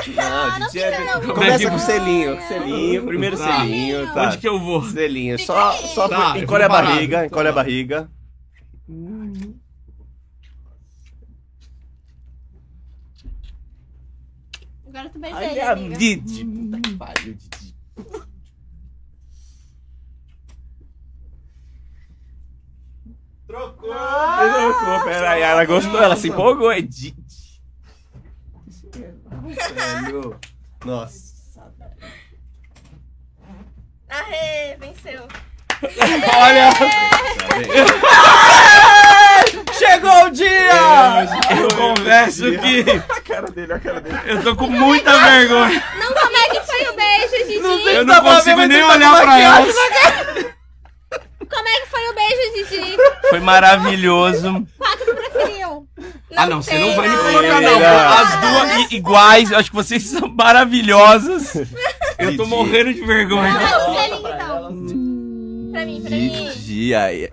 Não, Didi é-
não.
Começa com o
Não.
selinho. Selinho, primeiro
Tá.
selinho, tá?
Onde que eu vou?
Selinho, só, só
Tá, eu
encolhe
vou
a
parar.
barriga, encolhe a barriga.
Agora tu beija ele,
Olha a
amiga.
Didi. Puta que pariu, Didi.
Trocou!
Loucou, peraí, ela gostou, ela se empolgou, é Didi.
Velho.
Nossa. velho.
Aê, venceu.
(laughs)
Olha,
Tá
chegou o dia!
É,
Eu confesso
dia.
que
vendo? A cara dele, a cara dele.
eu tô com muita vergonha.
Não, como é que foi o beijo, Didi?
Eu
Tá
não
bom,
consigo
mas
nem
ele tá
olhar pra ela.
maquiado.
Como é que foi o beijo, Didi?
Foi maravilhoso.
Qual que tu preferiu?
Ah, não, você não vai me
tenho.
colocar, não.
Mentira.
As duas i- iguais, eu acho que vocês são maravilhosas. Eu tô morrendo de vergonha.
Ah, você é linda, então.
Pra mim, pra mim.
Didi, aí.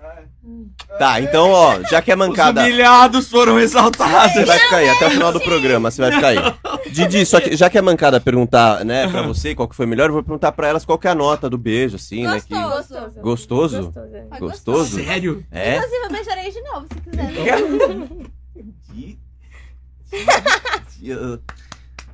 Tá, então, ó, já que é
Os
mancada. ah,
humilhados foram
Você
exaltados.
vai ficar aí, até o final do programa, você vai ficar (laughs) aí. Didi, só que, já que é mancada perguntar, né, pra você qual que foi melhor, eu vou perguntar pra elas qual que é a nota do beijo, assim, né?
Gostoso.
Gostoso.
Que... Gostoso?
Gostoso.
Foi
Gostoso?
Sério?
É?
Inclusive, eu beijarei de novo, se quiser.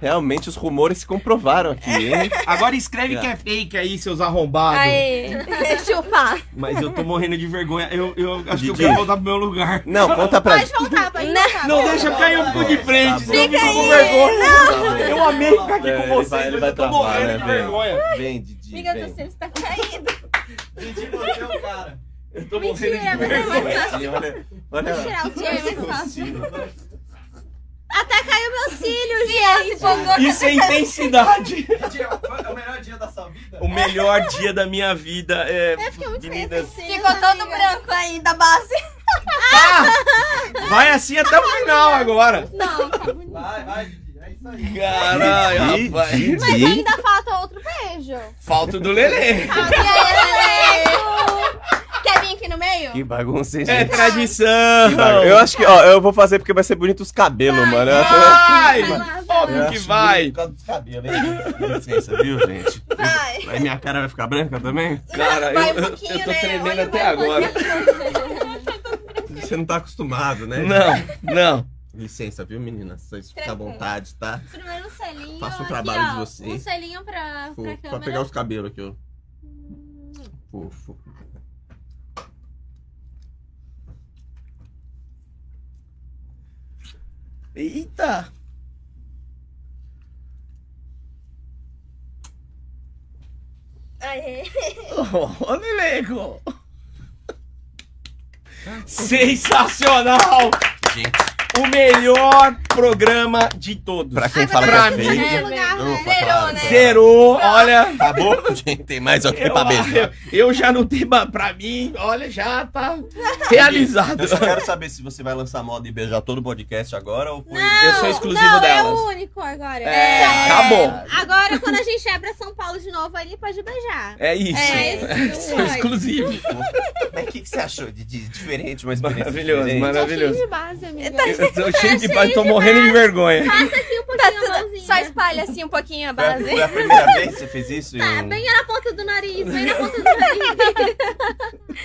Realmente os rumores se comprovaram aqui, hein?
Agora escreve que é fake aí, seus arrombados.
Aí. (laughs)
Chupa.
Mas eu tô morrendo de vergonha. Eu, eu acho que eu
Didi.
quero voltar pro meu lugar.
Não, conta pra
Pode voltar, Tá, pode voltar.
Não, deixa cair, eu fico de
Tá
frente. senão
bom.
eu fico com vergonha. Eu amei ficar aqui
É,
com
ele
vocês,
vai- ele
mas
vai
eu tô
travar,
morrendo
né,
de
velho?
vergonha.
Vem, Didi,
Amiga,
vem.
do céu
tá
está caindo.
Didi, você é o cara. Eu tô
Mentira,
morrendo de
mas é
vergonha.
mais fácil.
Didi, olha,
Vou
olha
tirar os
Gente,
cílios.
é
lá.
Até caiu meu cílio, gente.
Isso é intensidade.
É o melhor dia da sua vida?
O melhor dia da minha vida é.
Eu fiquei muito feia
meninas.
sem cílios,
Ficou todo
amiga.
branco aí da base.
Vai assim até o final agora.
Não, tá bonito.
Vai, vai, Didi. É isso aí.
Caralho, rapaz.
Mas
Didi,
ainda falta outro beijo.
Falta o do Lelê.
Ah, e aí, Lele? Quer vir aqui no meio?
que bagunça, hein,
É
gente?
tradição.
Eu acho que, ó, eu vou fazer porque vai ser bonito os cabelos, mano. Eu acho-
Vai,
Vai
mano.
lá, vai
Óbvio
lá.
Ah, que vai.
Por causa dos cabelos, hein?
Com licença, viu, gente?
Vai.
Aí minha cara vai ficar branca também?
Cara,
Vai
eu,
um
eu-
pouquinho,
eu tô
né?
tremendo
Olha,
até
vai um
agora.
Você não tá acostumado, né?
Não, não.
Licença, viu, menina? Vocês ficam à
Tranquilo.
vontade, tá?
Primeiro um selinho.
Faça um
aqui,
trabalho de
ó.
vocês.
Um selinho pra,
Fofo.
pra
Pra
câmera.
pegar os cabelos aqui, ó. Fofo.
Eita.
Aê.
Ô, Lelego. Sensacional.
Gente.
O melhor programa de todos.
Pra quem fala
Agora
pra
que é
mim,
feio.
Primeiro lugar,
Não,
né?
foi claro.
Zerou, olha.
Acabou? Gente, tem mais aqui pra beijar.
Eu, eu já não tenho. ba- Pra mim, olha, já
(laughs)
tá realizado.
Eu só
Eu
quero saber se você vai lançar moda e beijar todo o podcast agora ou foi.
sou exclusivo
não, é
delas.
o único agora.
É, acabou.
Agora, quando a gente é pra São Paulo de novo ali, pode beijar.
É isso.
É,
(laughs)
isso
Eu sou
foi.
exclusivo.
Mas o que, que você achou de, de diferente, mas
Maravilhoso,
Tá
maravilhoso.
cheio de base, amiga.
Eu tô cheio de ba- tô morrendo de vergonha.
Passa aqui um
Tá
pouquinho a
tudo...
mãozinha.
Só espalha assim um pouquinho a
Foi a,
base.
foi a primeira vez que você fez isso?
Tá,
em-
bem na ponta do nariz, bem na ponta do nariz.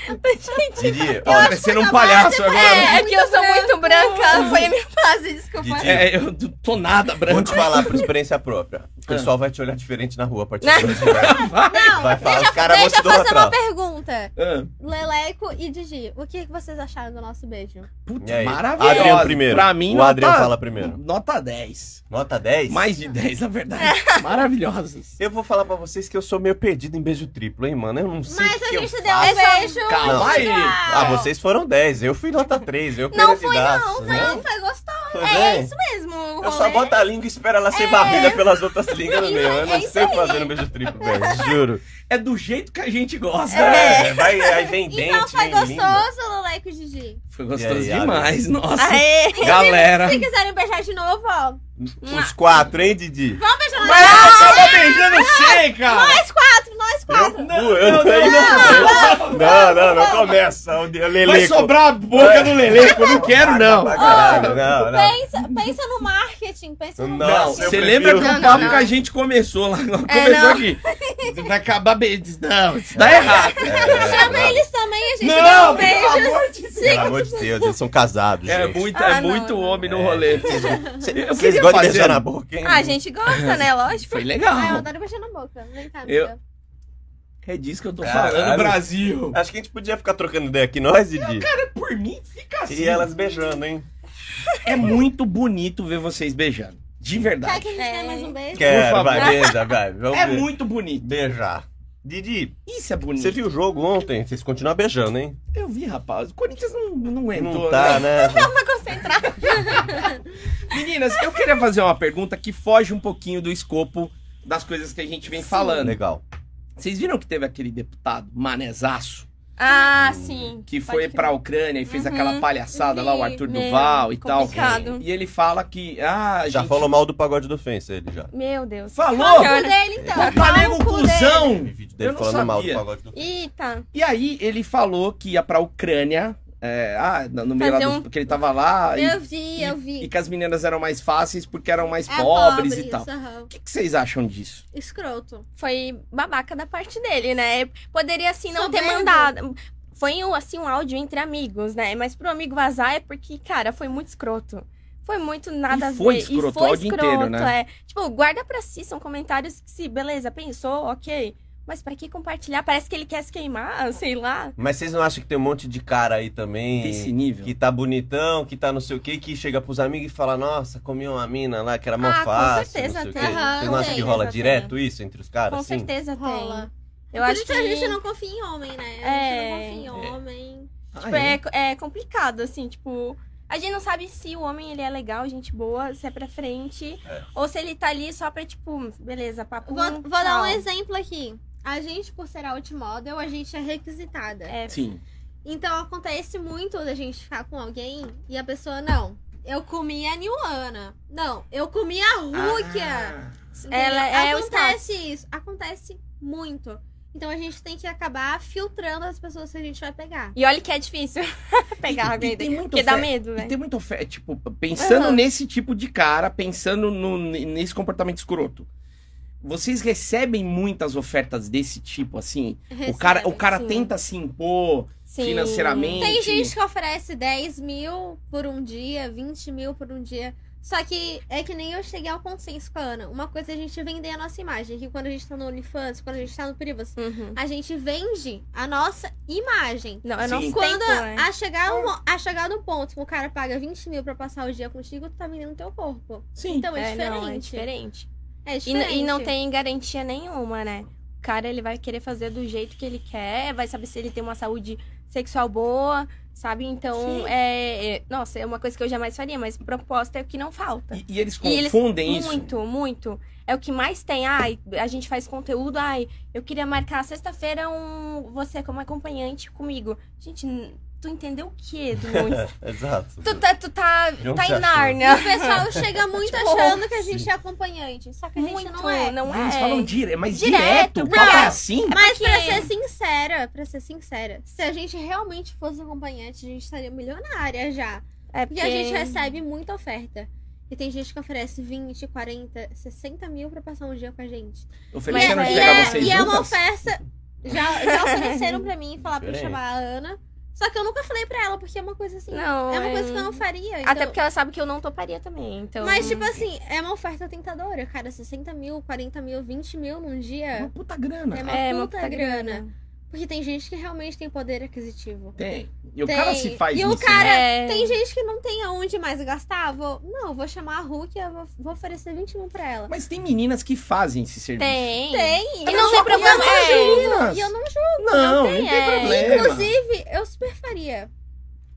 assim.
Didi,
Tá
olha,
parecendo um palhaço agora.
É, é que eu sou muito branca. Foi a minha fase, desculpa.
Didi,
É, eu tô nada
vou te
branco.
falar por experiência própria.
Ah.
O pessoal vai te olhar diferente na rua a partir de hoje.
(laughs)
Não,
Vai falar, os caras vão
deixa
te
eu fazer uma
idolatrar.
pergunta.
É.
Ah,
Leleco e Didi, o que que vocês acharam do nosso beijo?
Putz,
E aí?
maravilhoso.
Adriano primeiro.
Pra mim,
O
nota-
Adriano fala primeiro.
Nota 10.
Nota 10?
Mais de 10, na verdade.
É.
Maravilhosos.
Eu vou falar pra vocês que eu sou meio perdido em beijo triplo, hein, mano? Eu não sei o
Mas
que
a
que eu
gente deu
faço.
um beijo.
Não.
Calma aí.
Ah, vocês foram 10. Eu fui nota 3. Eu
Não
fui, não.
Não, foi gostoso.
Foi
É
bem?
isso mesmo. o
Eu só
rolê.
boto a língua e espero ela ser varrida pelas outras línguas no meio. Eu não
é isso
sei
aí.
fazer no beijo triplo, velho. Juro.
É do jeito que a gente gosta. né?
É, vai, aí vem dente,
Então foi
vem língua.
gostoso, Leleco e Didi.
Foi gostoso
E aí,
demais. Nossa.
Aê.
Galera.
Se quiserem beijar de novo, ó.
Os quatro, hein, Didi?
Vamos beijar
Mas
nós
ela tava beijando você, cara.
nós quatro, nós quatro.
Eu não, não, não, não, não começa. O Leleco.
Vai sobrar a boca do Leleco. Eu não quero, não.
Pra caralho, não, não.
Pensa, pensa no marketing, pensa no
Nossa,
Não,
marketing.
eu
você
prefiro-
lembra que
Não,
o
não,
papo
não. É,
que a gente começou lá? Começou
não.
aqui.
(laughs)
Vai acabar bem. Não, isso dá
Ah,
errado.
Chama eles também, a gente dá
Não,
um
pelo
beijo.
amor de Deus.
é. Pelo amor de Deus, eles são casados,
É
gente.
muito,
Ah,
é
não,
muito
não.
homem no
É.
rolê. Eu
Vocês
queria
gostam
fazer-
de beijar na boca, hein?
Ah, a gente gosta, né? Lógico.
Foi
Ah, eu
legal.
adoro beijar na boca. Vem cá,
Eu-
amiga.
É disso que eu tô
Caralho.
falando, Brasil.
Acho que a gente podia ficar trocando ideia aqui, nós, Didi.
Por mim, fica assim.
E elas beijando, hein?
É muito bonito ver vocês beijando. De
Quer
verdade.
que a gente dê
É.
mais um beijo?
Quero,
favor.
vai, beija, vai. Vamos
É
be-
muito bonito.
beijar. Didi,
Isso é
você
bonito.
viu o jogo ontem? Vocês continuam beijando, hein?
Eu vi, rapaz. O Corinthians não, não entrou.
Não tá, né?
Meninas, eu queria fazer uma pergunta que foge um pouquinho do escopo das coisas que a gente vem falando.
Legal.
Vocês viram que teve aquele deputado manezaço
Ah, sim.
que
pode
foi
crer.
pra Ucrânia e fez
Uhum.
aquela palhaçada lá, o Arthur
Meu,
Duval e tal.
complicado.
E ele fala que. Ah, a
Já
gente-
falou mal do pagode do ofensa, ele já.
Meu Deus. né?
Falou! Tá
O dele, então.
tá
Puta nego
Pau no cu
cuzão!
Teve vídeo dele
Eu não
falando mal do
sabia.
pagode do ofensa.
Eita.
E aí ele falou que ia pra Ucrânia. é, ah, no meio lá
Fazer
dos, porque ele tava lá
Eu
e,
vi, eu vi.
e que as meninas eram mais fáceis porque eram mais
É,
pobres e tal.
isso, aham.
O que, que vocês acham disso?
Escroto.
Foi babaca da parte dele, né? Poderia, assim, não ter
Soberbo.
mandado. Foi, um, assim, um áudio entre amigos, né? Mas pro amigo vazar é porque, cara, foi muito escroto. Foi muito nada
E
a ver.
foi escroto, o áudio inteiro, né?
é. Tipo, guarda pra si, são comentários que, se, beleza, pensou, ok. Mas pra que compartilhar? Parece que ele quer se queimar, sei lá.
Mas vocês não acham que tem um monte de cara aí também?
Desse nível?
Que tá bonitão, que tá não sei o que, que chega pros amigos e fala, nossa, comi uma mina lá que era mó
Ah, com
fácil.
certeza
não sei
tem.
O quê.
Aham,
Vocês não acham
tem,
que rola
exatamente.
direto isso entre os caras?
Com
assim?
certeza
Rola.
tem. Eu
Por
acho
isso
que
a gente não confia em homem, né? A
É.
gente não confia em
É.
homem.
Ah,
Tipo, é, é complicado, assim, tipo. A gente não sabe se o homem ele é legal, gente boa, se é pra frente.
É.
Ou se ele tá ali só pra, tipo, beleza, papo.
Vou, vou dar
tchau.
um exemplo aqui. A gente, por ser outmodel, a gente é requisitada.
É,
Sim.
Então acontece muito da gente ficar com alguém e a pessoa, não, eu comi a Nilana. Não, eu comi a Rúquia.
Ah,
Ela é o
acontece isso. Acontece muito. Então a gente tem que acabar filtrando as pessoas que a gente vai pegar.
E olha que é difícil (laughs) pegar alguém
e tem
daí,
muito
Porque dá
fe-
medo,
E
né?
tem muita oferta, tipo, pensando
Aham.
nesse tipo de cara, pensando no- nesse comportamento escroto. Vocês recebem muitas ofertas desse tipo, assim? o cara, o cara
sim.
tenta se impor
Sim.
financeiramente.
Tem gente que oferece 10 mil por um dia, 20 mil por um dia. Só que é que nem eu cheguei ao consenso com a Ana. Uma coisa é a gente vender a nossa imagem, que quando a gente tá no OnlyFans, quando a gente tá no Privacy,
Uhum.
a gente vende a nossa imagem.
Não, eu não
Sim.
sei. é.
Quando a, chegar um, a chegar no ponto que o cara paga 20 mil pra passar o dia contigo, tu tá vendendo teu corpo.
Sim.
Então é, diferente.
Não, é
é
diferente. E, n-
diferente.
e não tem garantia nenhuma, né? O cara, ele vai querer fazer do jeito que ele quer, vai saber se ele tem uma saúde sexual boa, sabe? Então,
Sim.
é, é- Nossa, é uma coisa que eu jamais faria, mas proposta é o que não falta.
E, e eles
E eles-
confundem isso.
Muito, muito. É o que mais tem. Ai, a gente faz conteúdo. Ai, eu queria marcar sexta-feira um você como acompanhante comigo. Gente, n- tu entendeu o quê, do
(laughs)
mundo?
é. (laughs) Exato.
tu tá, tu tá,
De onde
tá
você
em
achou?
Nárnia. (laughs)
O pessoal chega muito
Tipo,
achando que a gente
sim.
é acompanhante. Só que a gente
Muito,
não é.
Não
Ah,
é.
Eles falam direto, mas
Direto,
direto,
não.
papo é assim?
Mas pra
porque-
ser sincera, pra ser sincera, se a gente realmente fosse acompanhante, a gente estaria milionária já.
É
Porque a gente recebe muita oferta. E tem gente que oferece 20, 40, 60 mil pra passar um dia com a gente.
Oferecendo
Mas
de
e,
aí-
pegar
é,
vocês
e é uma
juntas?
oferta. Já, já ofereceram pra mim falar pra eu
Diferente.
chamar a Ana. Só que eu nunca falei pra ela, porque é uma coisa assim.
Não,
é uma coisa que eu não faria.
Até
então-
porque ela sabe que eu não toparia também, então...
Mas, tipo assim, é uma oferta tentadora, cara. 60 mil, 40 mil, 20 mil num
Uma
dia.
puta grana.
É uma
é uma
puta
puta
grana.
grana.
Porque tem gente que realmente tem poder aquisitivo.
Tem. E o
Tem.
cara se faz
E o
isso. né?
cara-
É.
Tem gente que não tem aonde mais gastar. Vou, não, vou chamar a Hulk, eu vou, vou oferecer 20 mil pra ela.
Mas tem meninas que fazem esse serviço.
Tem.
Tem, Então
E
eu
não tem problema. É.
Meninas.
E eu não julgo.
Não,
tem,
não tem
é.
problema.
Inclusive, eu super faria.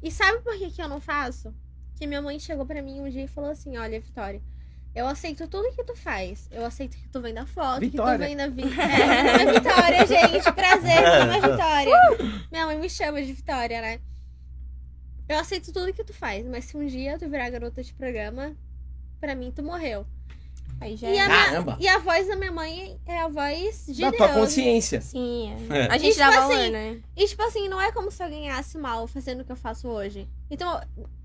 E sabe por que, que eu não faço? Que minha mãe chegou pra mim um dia e falou assim: Olha, Vitória, eu aceito tudo que tu faz. Eu aceito que tu venda foto,
Vitória.
que tu venda vídeo. É, é Vitória, gente. Prazer, meu nome
(laughs)
é
Uh!
Vitória. Minha mãe me chama de Vitória, né? Eu aceito tudo que tu faz, mas se um dia tu virar garota de programa, pra mim tu morreu.
Aí já
E
é.
a,
Caramba.
e a voz da minha mãe é a voz de
Da
Deus.
tua consciência.
Sim,
É.
a gente
E,
dá
tipo
valor,
assim,
né?
E, tipo assim, não é como se eu ganhasse mal fazendo o que eu faço hoje. Então,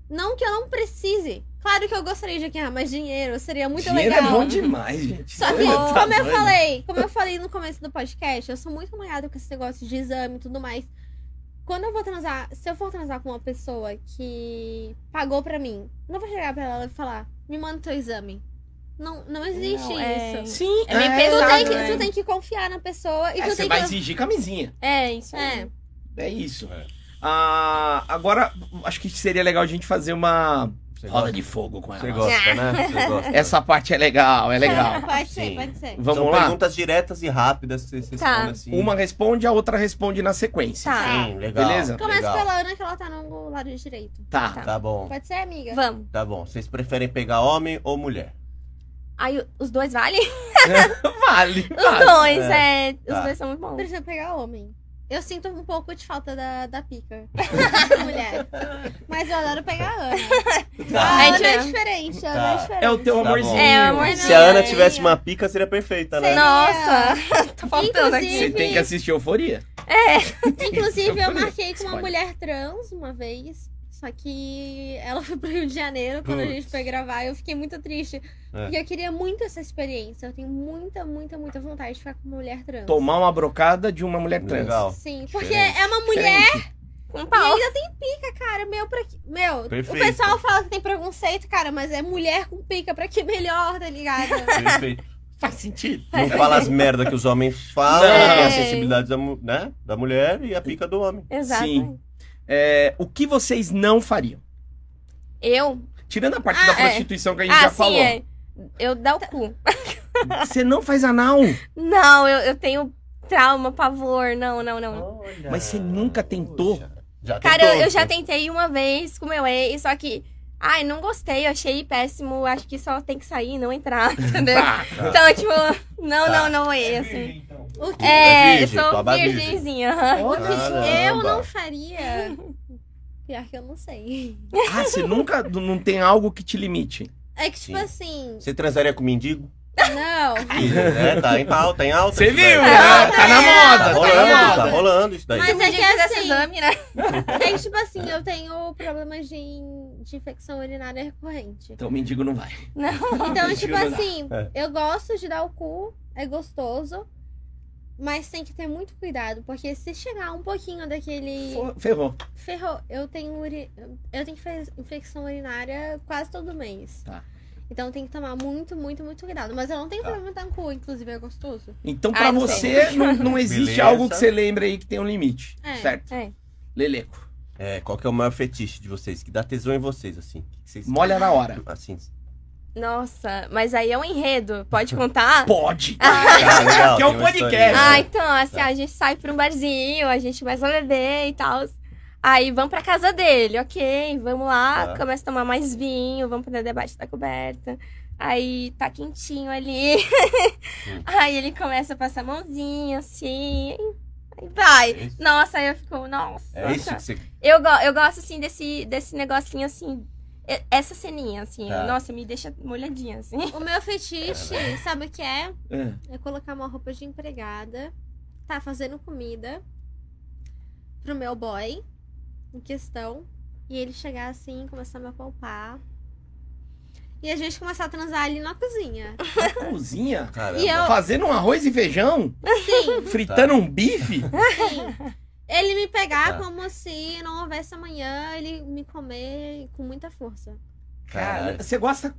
não que eu não precise. Claro que eu gostaria de ganhar mais dinheiro, seria muito
Dinheiro
legal.
é bom demais, gente.
Só
Você
que,
(laughs) tá
como eu
doido.
falei, como eu falei no começo do podcast, eu sou muito noiada com esse negócio de exame e tudo mais. Quando eu vou transar, se eu for transar com uma pessoa que pagou pra mim, não vou chegar pra ela e falar, me manda teu exame. Não, não existe
Não, é-
isso.
Sim,
É meio
Tu,
pesado,
tem
exato.
que,
né?
tu Então tem que confiar na pessoa e
É,
tu
você
tem
vai
que.
exigir camisinha.
É, isso aí.
É.
É isso.
É.
Ah, agora, acho que seria legal a gente fazer uma
Você
roda
gosta,
de fogo com
você
ela.
gosta, né? Você gosta.
(laughs) Essa parte é legal, é
(laughs)
legal.
Pode ser,
Sim.
pode ser.
Vamos
São
lá?
perguntas diretas e rápidas que vocês
Tá.
respondem assim.
Uma responde, a outra responde na sequência.
Tá.
Sim, legal.
Beleza?
Começa
legal.
pela Ana, que ela tá no lado direito.
Tá.
Tá bom,
Pode ser, amiga?
É, Vamos.
tá bom. Vocês preferem pegar homem ou mulher?
Aí o- os dois valem?
Vale, (laughs)
Os
vale.
dois, é. Os
Tá.
dois são muito bons.
Precisa pegar homem. Eu sinto um pouco de falta da, da pica. Mulher. Mas eu adoro pegar a Ana. A
É
Ana é
diferente.
diferente, a
Tá.
Ana é diferente.
É o teu
Tá
amorzinho.
bom.
É, o amorzinho.
Se a Ana
Sim.
tivesse uma pica, seria perfeita, né?
Seria.
Nossa, (laughs) tá faltando
Você
aqui.
Inclusive-
tem que assistir Euforia.
Inclusive, eu marquei com uma
Spoiler.
mulher trans uma vez. Só que ela foi pro Rio de Janeiro quando a gente foi gravar. Eu fiquei muito triste.
É.
E eu queria muito essa experiência. Eu tenho muita, muita, muita vontade de ficar com uma mulher trans.
Tomar uma brocada de uma mulher trans.
Legal.
Sim, porque
Diferente.
é uma mulher,
Com Um pau.
cara, meu, pra que. Meu,
Perfeito.
o pessoal fala que tem preconceito, cara, mas é mulher com pica, pra que melhor, tá ligado?
Perfeito.
Faz sentido.
Não fala as merda que os homens falam,
Não.
tem a sensibilidade da, mu- né? da mulher e a pica do homem.
Exato.
Sim. É, o que vocês não fariam?
Eu?
Tirando a parte
Ah,
da
é.
prostituição que a gente
Ah,
já
sim,
falou.
é. Eu dou o cu.
Tá.
Você não faz anal,
Não, eu, eu tenho trauma, pavor. Não, não, não.
Ah.
mas você nunca tentou.
Já
Cara,
tentou?
eu, eu
né?
já tentei uma vez com meu ex, só que. Ai, não gostei, eu achei péssimo. Acho que só tem que sair e não entrar, (laughs) entendeu?
Ah,
então, tipo, não,
Tá.
não, não é assim.
então.
O que
É,
É
eu
virgem,
sou
baba virgem.
virgenzinha. aham.
o que eu
Caramba.
não faria? Pior que eu não sei.
ah, você nunca não tem algo que te limite.
É que, tipo
Sim.
assim,
Você transaria com mendigo?
não.
é, tá em alta, tá em alta.
Você
isso
viu?
daí.
né?
Ah,
tá na
É.
moda, tá
Tá
na
rolando,
moda.
tá rolando isso daí.
Mas
Mas
é
a gente
que
fez
assim-
esse exame, né?
É que, tipo assim, eu tenho problemas de, de infecção urinária recorrente.
Então o mendigo não vai.
Então, tipo
Mentira.
assim, eu gosto de dar o cu, é gostoso. Mas tem que ter muito cuidado, porque se chegar um pouquinho daquele.
Fo- Ferrou.
Ferrou, eu tenho uri... eu tenho fe- infecção urinária quase todo mês.
Tá.
Então tem que tomar muito, muito, muito cuidado. Mas eu não tenho problema em dar um cu, inclusive é gostoso.
Então
Ah,
pra
não
você não, não existe
Beleza.
algo que você lembre aí que tem um limite,
É.
certo?
É.
Leleco.
É, qual que é o maior fetiche de vocês? Que dá tesão em vocês, assim? Que vocês...
Molha na hora.
Assim.
Nossa, mas aí é um enredo. Pode contar?
Pode.
Tá, legal,
Que é um
tem uma
podcast.
(laughs) historinha.
Ah, então, assim, a gente sai pra um barzinho, a gente mais a beber e tal. Aí vamos pra casa dele, ok, vamos lá,
Tá.
começa a tomar mais vinho, vamos pra debaixo da coberta. Aí tá quentinho ali.
Hum.
(laughs) aí ele começa a passar a mãozinha, assim, aí vai.
É isso?
Nossa, aí eu fico, nossa.
É isso que você...
Eu, go- eu gosto, assim, desse, desse negocinho, assim, e- essa ceninha, assim,
Tá.
nossa, me deixa molhadinha, assim.
O meu fetiche, sabe o que é?
É.
É colocar uma roupa de empregada, tá fazendo comida pro meu boy em questão. E ele chegar assim, começar a me apalpar. E a gente começar a transar ali na cozinha.
Cozinha.
Caramba.
É
E eu-
Fazendo um arroz e feijão?
Sim.
Fritando um bife?
Sim. Ele me pegar
Tá.
como se não houvesse amanhã, ele me comer com muita força.
Cara,
Caralho.
você gosta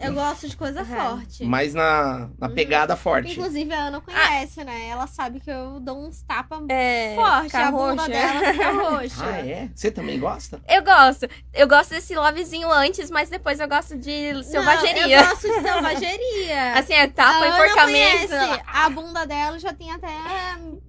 Eu gosto
(laughs)
de coisa
Aham.
forte.
mais na, na
Hum.
Uhum.
pegada forte.
Inclusive, a Ana conhece, né? Ela sabe que eu dou uns tapas
Ah. É,
forte,
ficar
a bunda
roxa.
dela fica roxa.
(laughs) Ah, é? Você também gosta?
Eu gosto. Eu gosto desse lovezinho antes, mas depois eu gosto de selvageria.
Não, eu Ah, gosto
(laughs)
de selvageria.
Assim, é tapa,
a Ana
enforcamento.
conhece a bunda dela, já tem até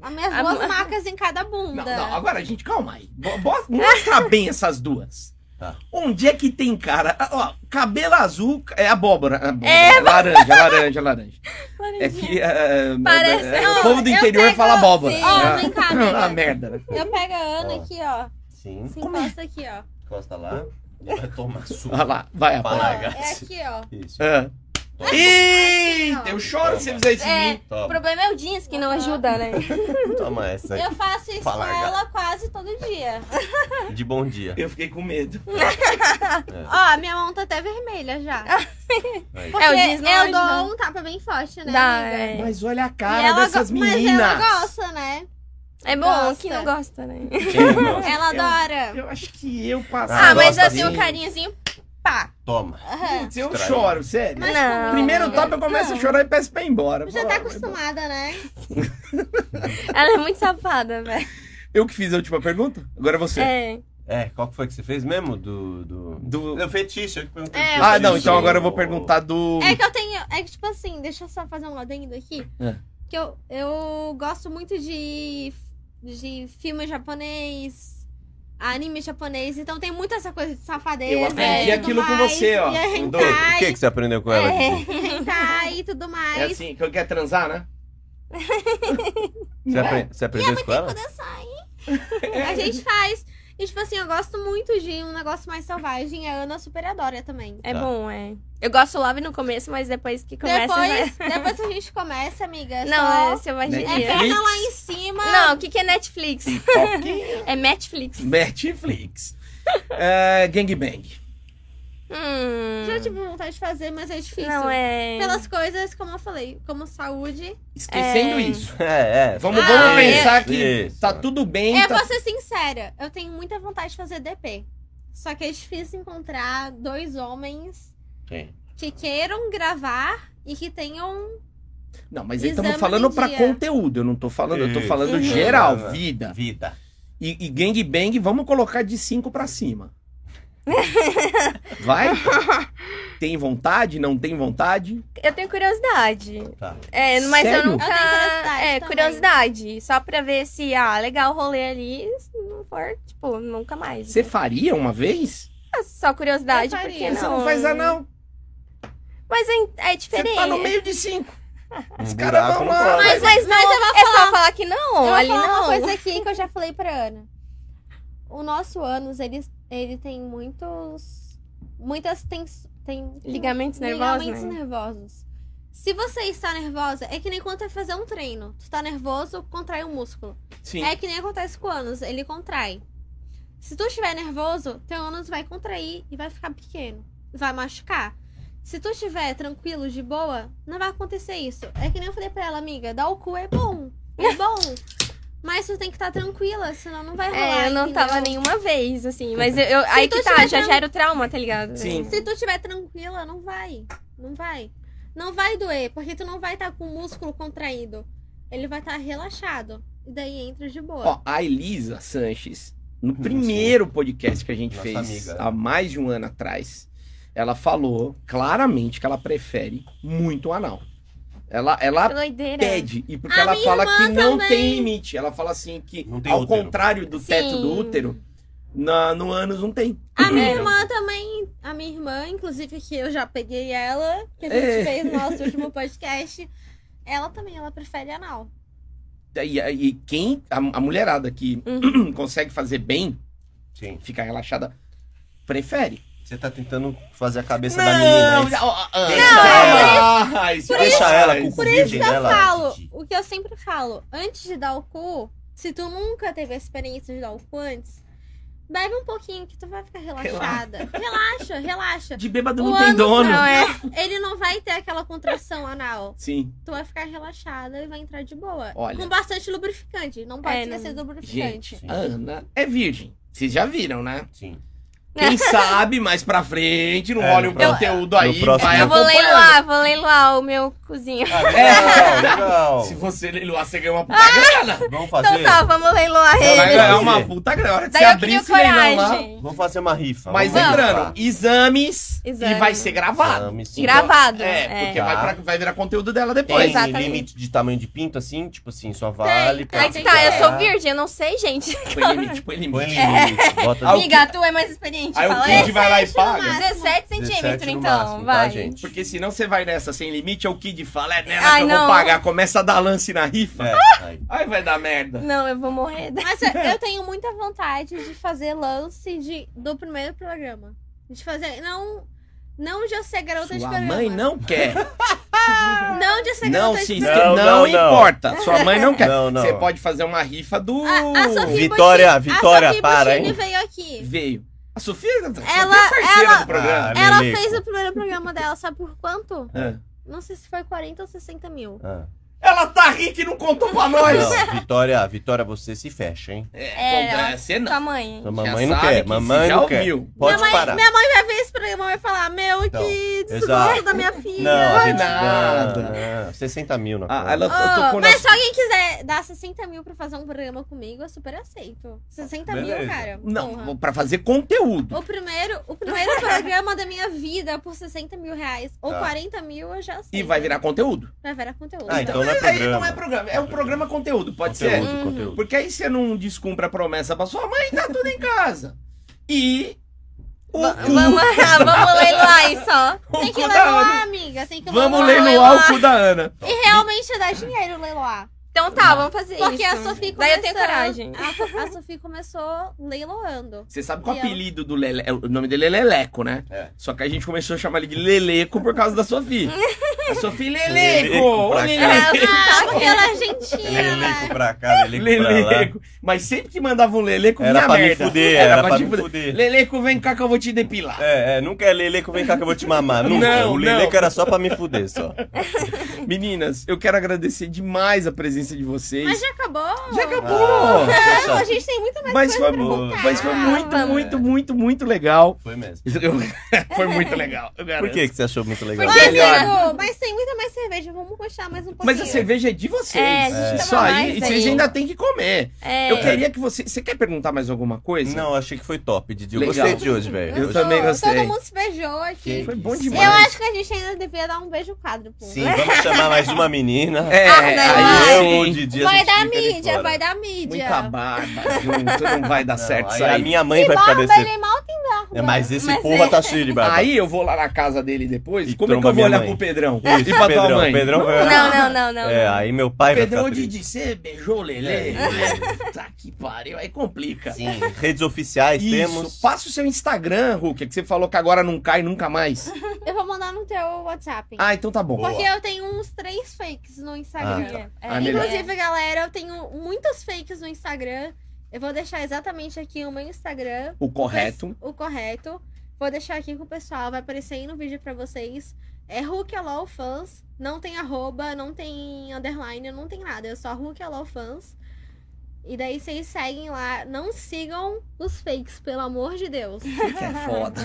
as minhas
A
duas
bu-
marcas em cada bunda.
Não, não, agora, gente, calma aí. Bo- bo-
(laughs)
Mostra bem essas duas.
Tá.
Onde é que tem cara? Ah, Ó, cabelo azul é abóbora. abóbora é laranja, laranja, laranja. É que ah,
Parece-
é, o
Não,
povo do
eu
interior
pego-
fala abóbora.
Sim.
Ah,
Ó, vem
(laughs)
cá, vem cá.
ah, merda. né?
Eu pego a Ana
Ó.
aqui, ó.
Sim,
Se
Como é?
encosta aqui, ó.
encosta lá. E vai (laughs) tomar suco.
Olha lá, vai,
Ó,
abóbora.
Vai.
é aqui, ó.
Isso.
É
Ah. Eita, eu choro se você fizer isso em
É,
mim.
o
Toma,
problema é o jeans que não
Ah.
ajuda, né?
toma
Tá
essa
Eu
aí.
faço isso
Fala,
com
gata.
ela quase todo dia.
De bom (laughs) dia.
Eu fiquei com medo.
Ó, minha mão tá até vermelha (laughs) já.
Aí.
Porque
É, o jeans não
eu
ajuda.
dou um tapa bem forte, né,
Dá,
amiga?
é.
Mas olha a
E
cara
ela
dessas
go-
meninas.
Mas ela gosta, né?
É bom
Gosta.
que não gosta, né?
Quem não gosta?
Ela
Eu-
adora.
Eu acho que eu passei.
Ah,
Ah,
mas
gosta
assim, um
sim.
carinhozinho, pá.
Toma.
Aham.
Putz, eu
Estranho.
choro, sério.
Mas
Não.
como-
Primeiro top eu começo a chorar e peço pra ir embora.
Já
Fala,
tá
vai embora.
acostumada, né?
Ela é muito safada, velho.
Eu que fiz a última pergunta? Agora é você.
É.
É, qual que foi que você fez mesmo? Do. Do,
Do-
do fetiche, eu que perguntei.
É,
do
Ah,
fetiche.
não, então agora eu vou perguntar do.
É que eu tenho. É que, tipo assim, deixa eu só fazer um adendo aqui.
É.
Que eu, eu gosto muito de, de filme japonês, anime japonês, então tem muito essa coisa de safadeza.
Eu aprendi
e tudo
aquilo com
mais,
você, ó.
E é
Do- O
hentai, (laughs)
que, que você aprendeu com ela?
hentai É. Tá e tudo mais.
É assim, que eu quero transar, né?
Você, apre- você aprendeu isso com ela?
Quando eu sair.
é.
A gente faz. E tipo assim, eu gosto muito de um negócio mais selvagem. A Ana super adora também.
É
Tá.
bom, é. Eu gosto logo no começo, mas depois que começa... né?
Depois, depois que a gente começa, amiga.
Não, é
só-
selvageria.
é perna lá em cima.
Não, o que, que é Netflix?
Um
Pipoquinha.
(laughs) É Netflix.
Netflix. É, gangbang.
Hum,
Já tive vontade de fazer, mas é difícil.
não é...
Pelas coisas, como eu falei, como saúde.
Esquecendo
É.
isso.
É, é.
Vamos,
Ah,
vamos
é.
pensar que
Isso.
tá tudo bem.
Eu
tá-
vou ser sincera, eu tenho muita vontade de fazer DP. Só que é difícil encontrar dois homens
Sim.
que queiram gravar e que tenham.
Não, mas aí
Exame
estamos falando
do
pra
dia.
conteúdo. Eu não tô falando, eu tô
Isso.
falando
Uhum.
geral, vida.
Vida.
E, e gangbang, vamos colocar de 5 pra cima. Vai? Tem vontade? Não tem vontade?
Eu tenho curiosidade.
Tá.
É, mas eu
Sério?
nunca.
Eu tenho curiosidade
é,
também.
curiosidade. Só pra ver se, ah, legal o rolê ali. Se não for, tipo, nunca mais.
Você faria uma vez?
Ah, Só curiosidade,
Eu faria.
porque não.
Você não faz a não.
Mas é, é diferente.
Você tá no meio de 5. Os
Um
caras
buraco
vão
não
lá.
pode.
Mas, mas, não, é só falar que não.
eu vou
ali
falar
não.
uma coisa aqui que eu já falei pra Ana. O nosso ânus, ele, ele tem muitos. Muitas tens, tem
Ligamentos nervosos,
Ligamentos
né?
nervosos. Se você está nervosa, é que nem quando vai fazer um treino. Tu tá nervoso, contrai o músculo.
Sim.
É que nem acontece com o ânus, ele contrai. Se tu estiver nervoso, teu ânus vai contrair e vai ficar pequeno. Vai machucar. Se tu estiver tranquilo, de boa, não vai acontecer isso. É que nem eu falei pra ela, amiga, dar o cu é bom.
(laughs)
É bom. Mas tu tem que estar tranquila, senão não vai rolar.
É, eu não
entendeu?
tava nenhuma vez, assim. Mas eu, eu- aí
tu
que tá,
tiver
já
tran-
gera o trauma, tá ligado?
Sim.
Se tu estiver tranquila, não vai. Não vai. Não vai doer, porque tu não vai estar com o músculo contraído. Ele vai estar relaxado. E daí entra de boa.
Ó, a Elisa Sanches, no primeiro podcast que a gente
Nossa
fez
amiga.
há mais de um ano atrás, ela falou claramente que ela prefere muito o anal. Ela, ela
Que doideira.
pede, e porque
A
ela
minha
fala que não
também.
tem limite. Ela fala assim que,
Não tem
ao
útero.
contrário do
Sim.
teto do útero, na- no ânus não tem.
A minha irmã também, a minha irmã, inclusive, que eu já peguei ela, que a gente
É.
fez no
(laughs)
nosso último podcast, ela também, ela prefere anal.
E, e quem, a, a mulherada que (clears throat) consegue fazer bem,
Sim.
ficar relaxada, prefere.
Você tá tentando fazer a cabeça da
é
menina.
não, ah,
ela-
ah, isso
Por
é
deixa
demais.
ela com o
Por isso
virgem
que eu
dela.
é
falo,
Titi.
o que eu sempre falo, antes de dar o cu, se tu nunca teve a experiência de dar o cu antes, bebe um pouquinho que tu vai ficar relaxada. Relaxa, relaxa.
De bêbado
O
não tem
ânus
dono.
Não, é.
Ele não vai ter aquela contração anal.
Sim.
Tu vai ficar relaxada e vai entrar de boa.
Olha.
Com bastante lubrificante. Não pode
É, não-
esquecer do lubrificante.
Gente,
Sim.
a Ana é virgem. Vocês já viram,
(laughs)
né?
Sim.
Quem sabe mais pra frente, não
É,
olha
no
o
pró-
conteúdo
no
aí,
próximo-
vai
Eu vou
acompanhando.
leiloar, vou leiloar o meu cozinho.
Ah, legal, legal.
Se você leiloar, você ganha uma puta grana.
Vamos
Então
fazer.
tá, vamos leiloar
Você vai
ele.
ganhar
Fazer.
uma puta grana. A hora que
Daí
você
eu
abrir
crio
esse leilão lá.
coragem.
Vamos fazer uma rifa.
Mas
vamos
lembrando, exames, e
Exames.
vai ser gravado.
Exames, sim.
Então,
Gravado.
É, porque
Tá.
vai, pra- vai virar conteúdo dela depois.
Tem
Exatamente.
limite de tamanho de pinto, assim? Tipo assim, só vale... pra
é.
Aí
Tem
que
que
tá, eu
ficar.
É.
sou virgem, eu não sei, gente.
Põe limite,
Põe
põe limite.
limite, bota...
Aí Ah, o
Amiga, tu é mais experiente.
tipo, Aí o
fala
Kid
esse.
vai lá e
Esse é o
paga.
máximo.
17 centímetros,
17 no
então,
máximo, tá,
vai.
gente?
Porque senão você vai nessa sem limite, é o Kid fala, é nela
Ai,
que eu
não.
vou pagar. Começa a dar lance na rifa.
É,
Ah,
aí.
Aí vai dar merda.
Não, eu vou morrer. (laughs)
Mas eu-
(laughs)
eu tenho muita vontade de fazer lance de, do primeiro programa. De fazer. Não. Não de eu ser garota de
Sua
programa.
mãe não quer.
Não de eu ser
Não
garota
se
de
inscreve.
programa.
Não,
Não, não, não.
importa. Sua mãe não quer.
Não, não.
Você pode fazer uma rifa do.
A, a Sofia
Vitória,
Bottini-
Vitória,
a
Ah,
Sofia
para,
Bottini
hein?
veio aqui.
Veio. A Sofia, a Sofia
Ela-
é parceira
ela-
do programa.
Ah,
Ela
Meleco.
fez o primeiro programa dela, sabe por quanto?
Ah.
Não sei se foi 40 ou 60 mil.
Ah.
Ela tá rica e não contou pra nós.
Não, Vitória, Vitória, você se fecha, hein?
É,
ela-
é, você
tá-
Tua
não.
mãe.
Então,
Já
mamãe não
sabe
quer,
que
mamãe
se já
não quer.
ouviu.
Pode
minha,
parar.
mãe, minha mãe vai ver esse programa e vai falar: Meu,
Então,
que desgosto
exato.
da minha filha.
Não, a gente
Nada.
não, não, 60 mil na
Ah,
conta.
ela
Ô,
tocou na.
mas se alguém quiser dar 60 mil pra fazer um programa comigo, eu super aceito. 60 mil,
Beleza.
cara. porra.
Não, pra fazer conteúdo.
O primeiro, o
(laughs)
primeiro programa da minha vida por 60 mil reais ou
Tá.
40 mil, eu já sei.
E vai virar conteúdo.
Vai virar conteúdo.
Ah, então não é
Aí
programa.
não é programa. É um programa conteúdo, pode ser?
conteúdo, conteúdo.
Porque aí você não descumpre a promessa pra sua mãe, tá tudo em casa. E O
Va-
cu.
Vamos, ah, vamos leiloar isso, ó.
O (laughs)
Tem
cu
que
da Ana.
leiloar, amiga. Tem que
Vamos
leiloar.
leiloar o cu da Ana.
E realmente dá dinheiro leiloar.
Então
(laughs)
tá, vamos fazer isso.
Porque a Sofia começou...
Daí eu tenho coragem.
A, a Sofia começou
(laughs)
leiloando.
Você sabe qual o
E
apelido do Lele... O nome dele é Leleco, né?
É.
Só que a gente começou a chamar ele de Leleco por causa da Sofia. A Sofia Leleco!
Leleco
ô,
pra
Leleco!
Ah, porque ela é
Hum.
argentina,
Leleco
né?
pra cá, leleco pra lá.
Leleco. Mas sempre que mandava um Leleco,
Era
vinha
pra me
merda.
fuder, era pra
te
me fuder.
Leleco, vem cá que eu vou te depilar.
É, é, nunca é leleco, vem cá que eu vou te mamar. Nunca.
Não,
o leleco era só pra me fuder,
(laughs)
só.
Meninas, eu quero agradecer demais a presença de vocês.
Mas já acabou?
Já acabou!
Ah,
Não, a
poxa,
gente tem muita mais
mas, foi,
pra
mas foi
contar.
muito,
Vamos.
muito, muito, muito legal. (laughs)
Foi mesmo.
Eu- foi muito legal. eu
Por
garanto.
que, que você achou muito legal?
Porque-
Mas,
Melhor.
amigo, né, mas tem muita mais cerveja. Vamos puxar mais um pouquinho.
Mas a cerveja é de vocês.
É, a gente
Isso
toma
aí,
mais
e vocês
aí.
ainda têm que comer.
É,
Eu queria que você. Você quer perguntar mais alguma coisa?
Não, achei que foi top, Didi. Eu
Legal.
gostei de hoje, velho.
Eu
Hoje-
também
Todo-
gostei.
Todo mundo se beijou aqui.
Foi bom
Eu
demais.
acho que a gente ainda devia dar um beijo quádruplo.
Sim, vamos chamar mais uma menina.
É,
Ah, não,
aí
eu
sim.
ou o Didi, a
Vai
gente
dar
fica ali
mídia,
fora.
vai dar mídia.
Muita barba junto, não vai dar
Não,
certo
aí
isso
A
aí.
minha mãe vai ficar
barba,
descendo.
ele mal tem barba.
É, mas esse
Mas
porra
é-
tá cheio de barba.
Aí eu vou lá na casa dele depois.
E
como é que
tromba
eu vou
minha
olhar
mãe.
pro Pedrão?
Isso,
e é pra
Pedrão,
tua mãe?
Pedrão vai...
Não, não, não, não.
É,
não.
aí meu pai
Pedrão
vai
de
ficar triste.
dizer, beijou o Lelê.
É.
Tá que pariu, aí complica.
Sim, redes oficiais
Isso,
temos.
passa o seu Instagram, Hulk, é que você falou que agora não cai nunca mais.
Eu vou mandar no teu WhatsApp.
Ah, então tá bom.
Porque eu tenho uns três fakes no Instagram.
Ah,
É,
Ah, melhor.
Inclusive, galera, eu tenho muitos fakes no Instagram. Eu vou deixar exatamente aqui o meu Instagram.
O correto.
O correto. Vou deixar aqui com o pessoal, vai aparecer aí no vídeo pra vocês. É Hulk Alol Fans. Não tem arroba, não tem underline, não tem nada. É só Hulk Alol Fans. E daí vocês seguem lá. Não sigam os fakes, pelo amor de Deus.
Fake é
(laughs)
foda.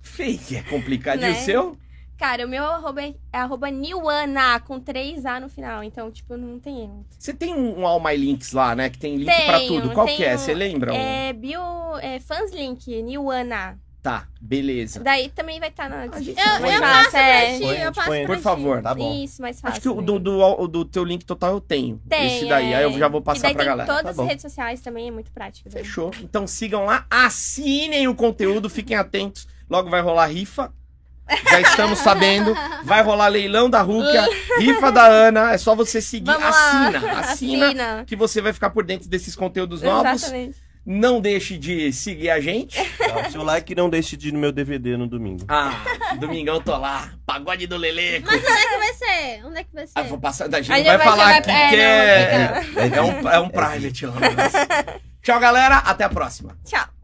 Fake é complicado. E o
Né?
seu?
Cara, o meu arroba é, é arroba Niwana, com 3A no final. Então, tipo, não tem erro.
Você tem um um All My Links lá, né? Que tem link pra
Tenho,
tudo. Qual que é?
tenho.
Você lembra?
É bio... É fanslink, Niwana.
Tá, beleza.
Daí também vai estar na descrição.
Eu,
mais
eu
Põe,
fácil,
passo pra
é.
ti, eu passo
põe.
pra
Por
ti.
favor.
Tá bom.
Isso, mais fácil.
Acho que o
né?
do, do, do teu link total eu tenho.
Tem,
Esse daí.
é.
Aí eu já vou
e
passar
daí
pra
tem
galera.
todas
Tá
as
bom.
redes sociais também, é muito prático. né?
Fechou. Então sigam lá, assinem o conteúdo, fiquem atentos. Logo vai rolar rifa. Já estamos sabendo. Vai rolar leilão da Rúquia, rifa da Ana. É só você seguir.
Vamos
Assina,
lá.
assina,
(laughs) Assina.
que você vai ficar por dentro desses conteúdos novos.
Exatamente.
Não deixe de seguir a gente.
Dá o seu like e não deixe de ir no meu DVD no domingo.
Ah, domingão eu tô lá. Pagode do Leleco.
Mas onde é que vai ser? Onde é que vai ser?
Ah, vou passar, a gente não
A gente
vai,
vai-
falar
vai-
aqui
é,
que
não,
é,
fica-
um é um, é um private. lá, mas- Tchau, galera. Até a próxima.
Tchau.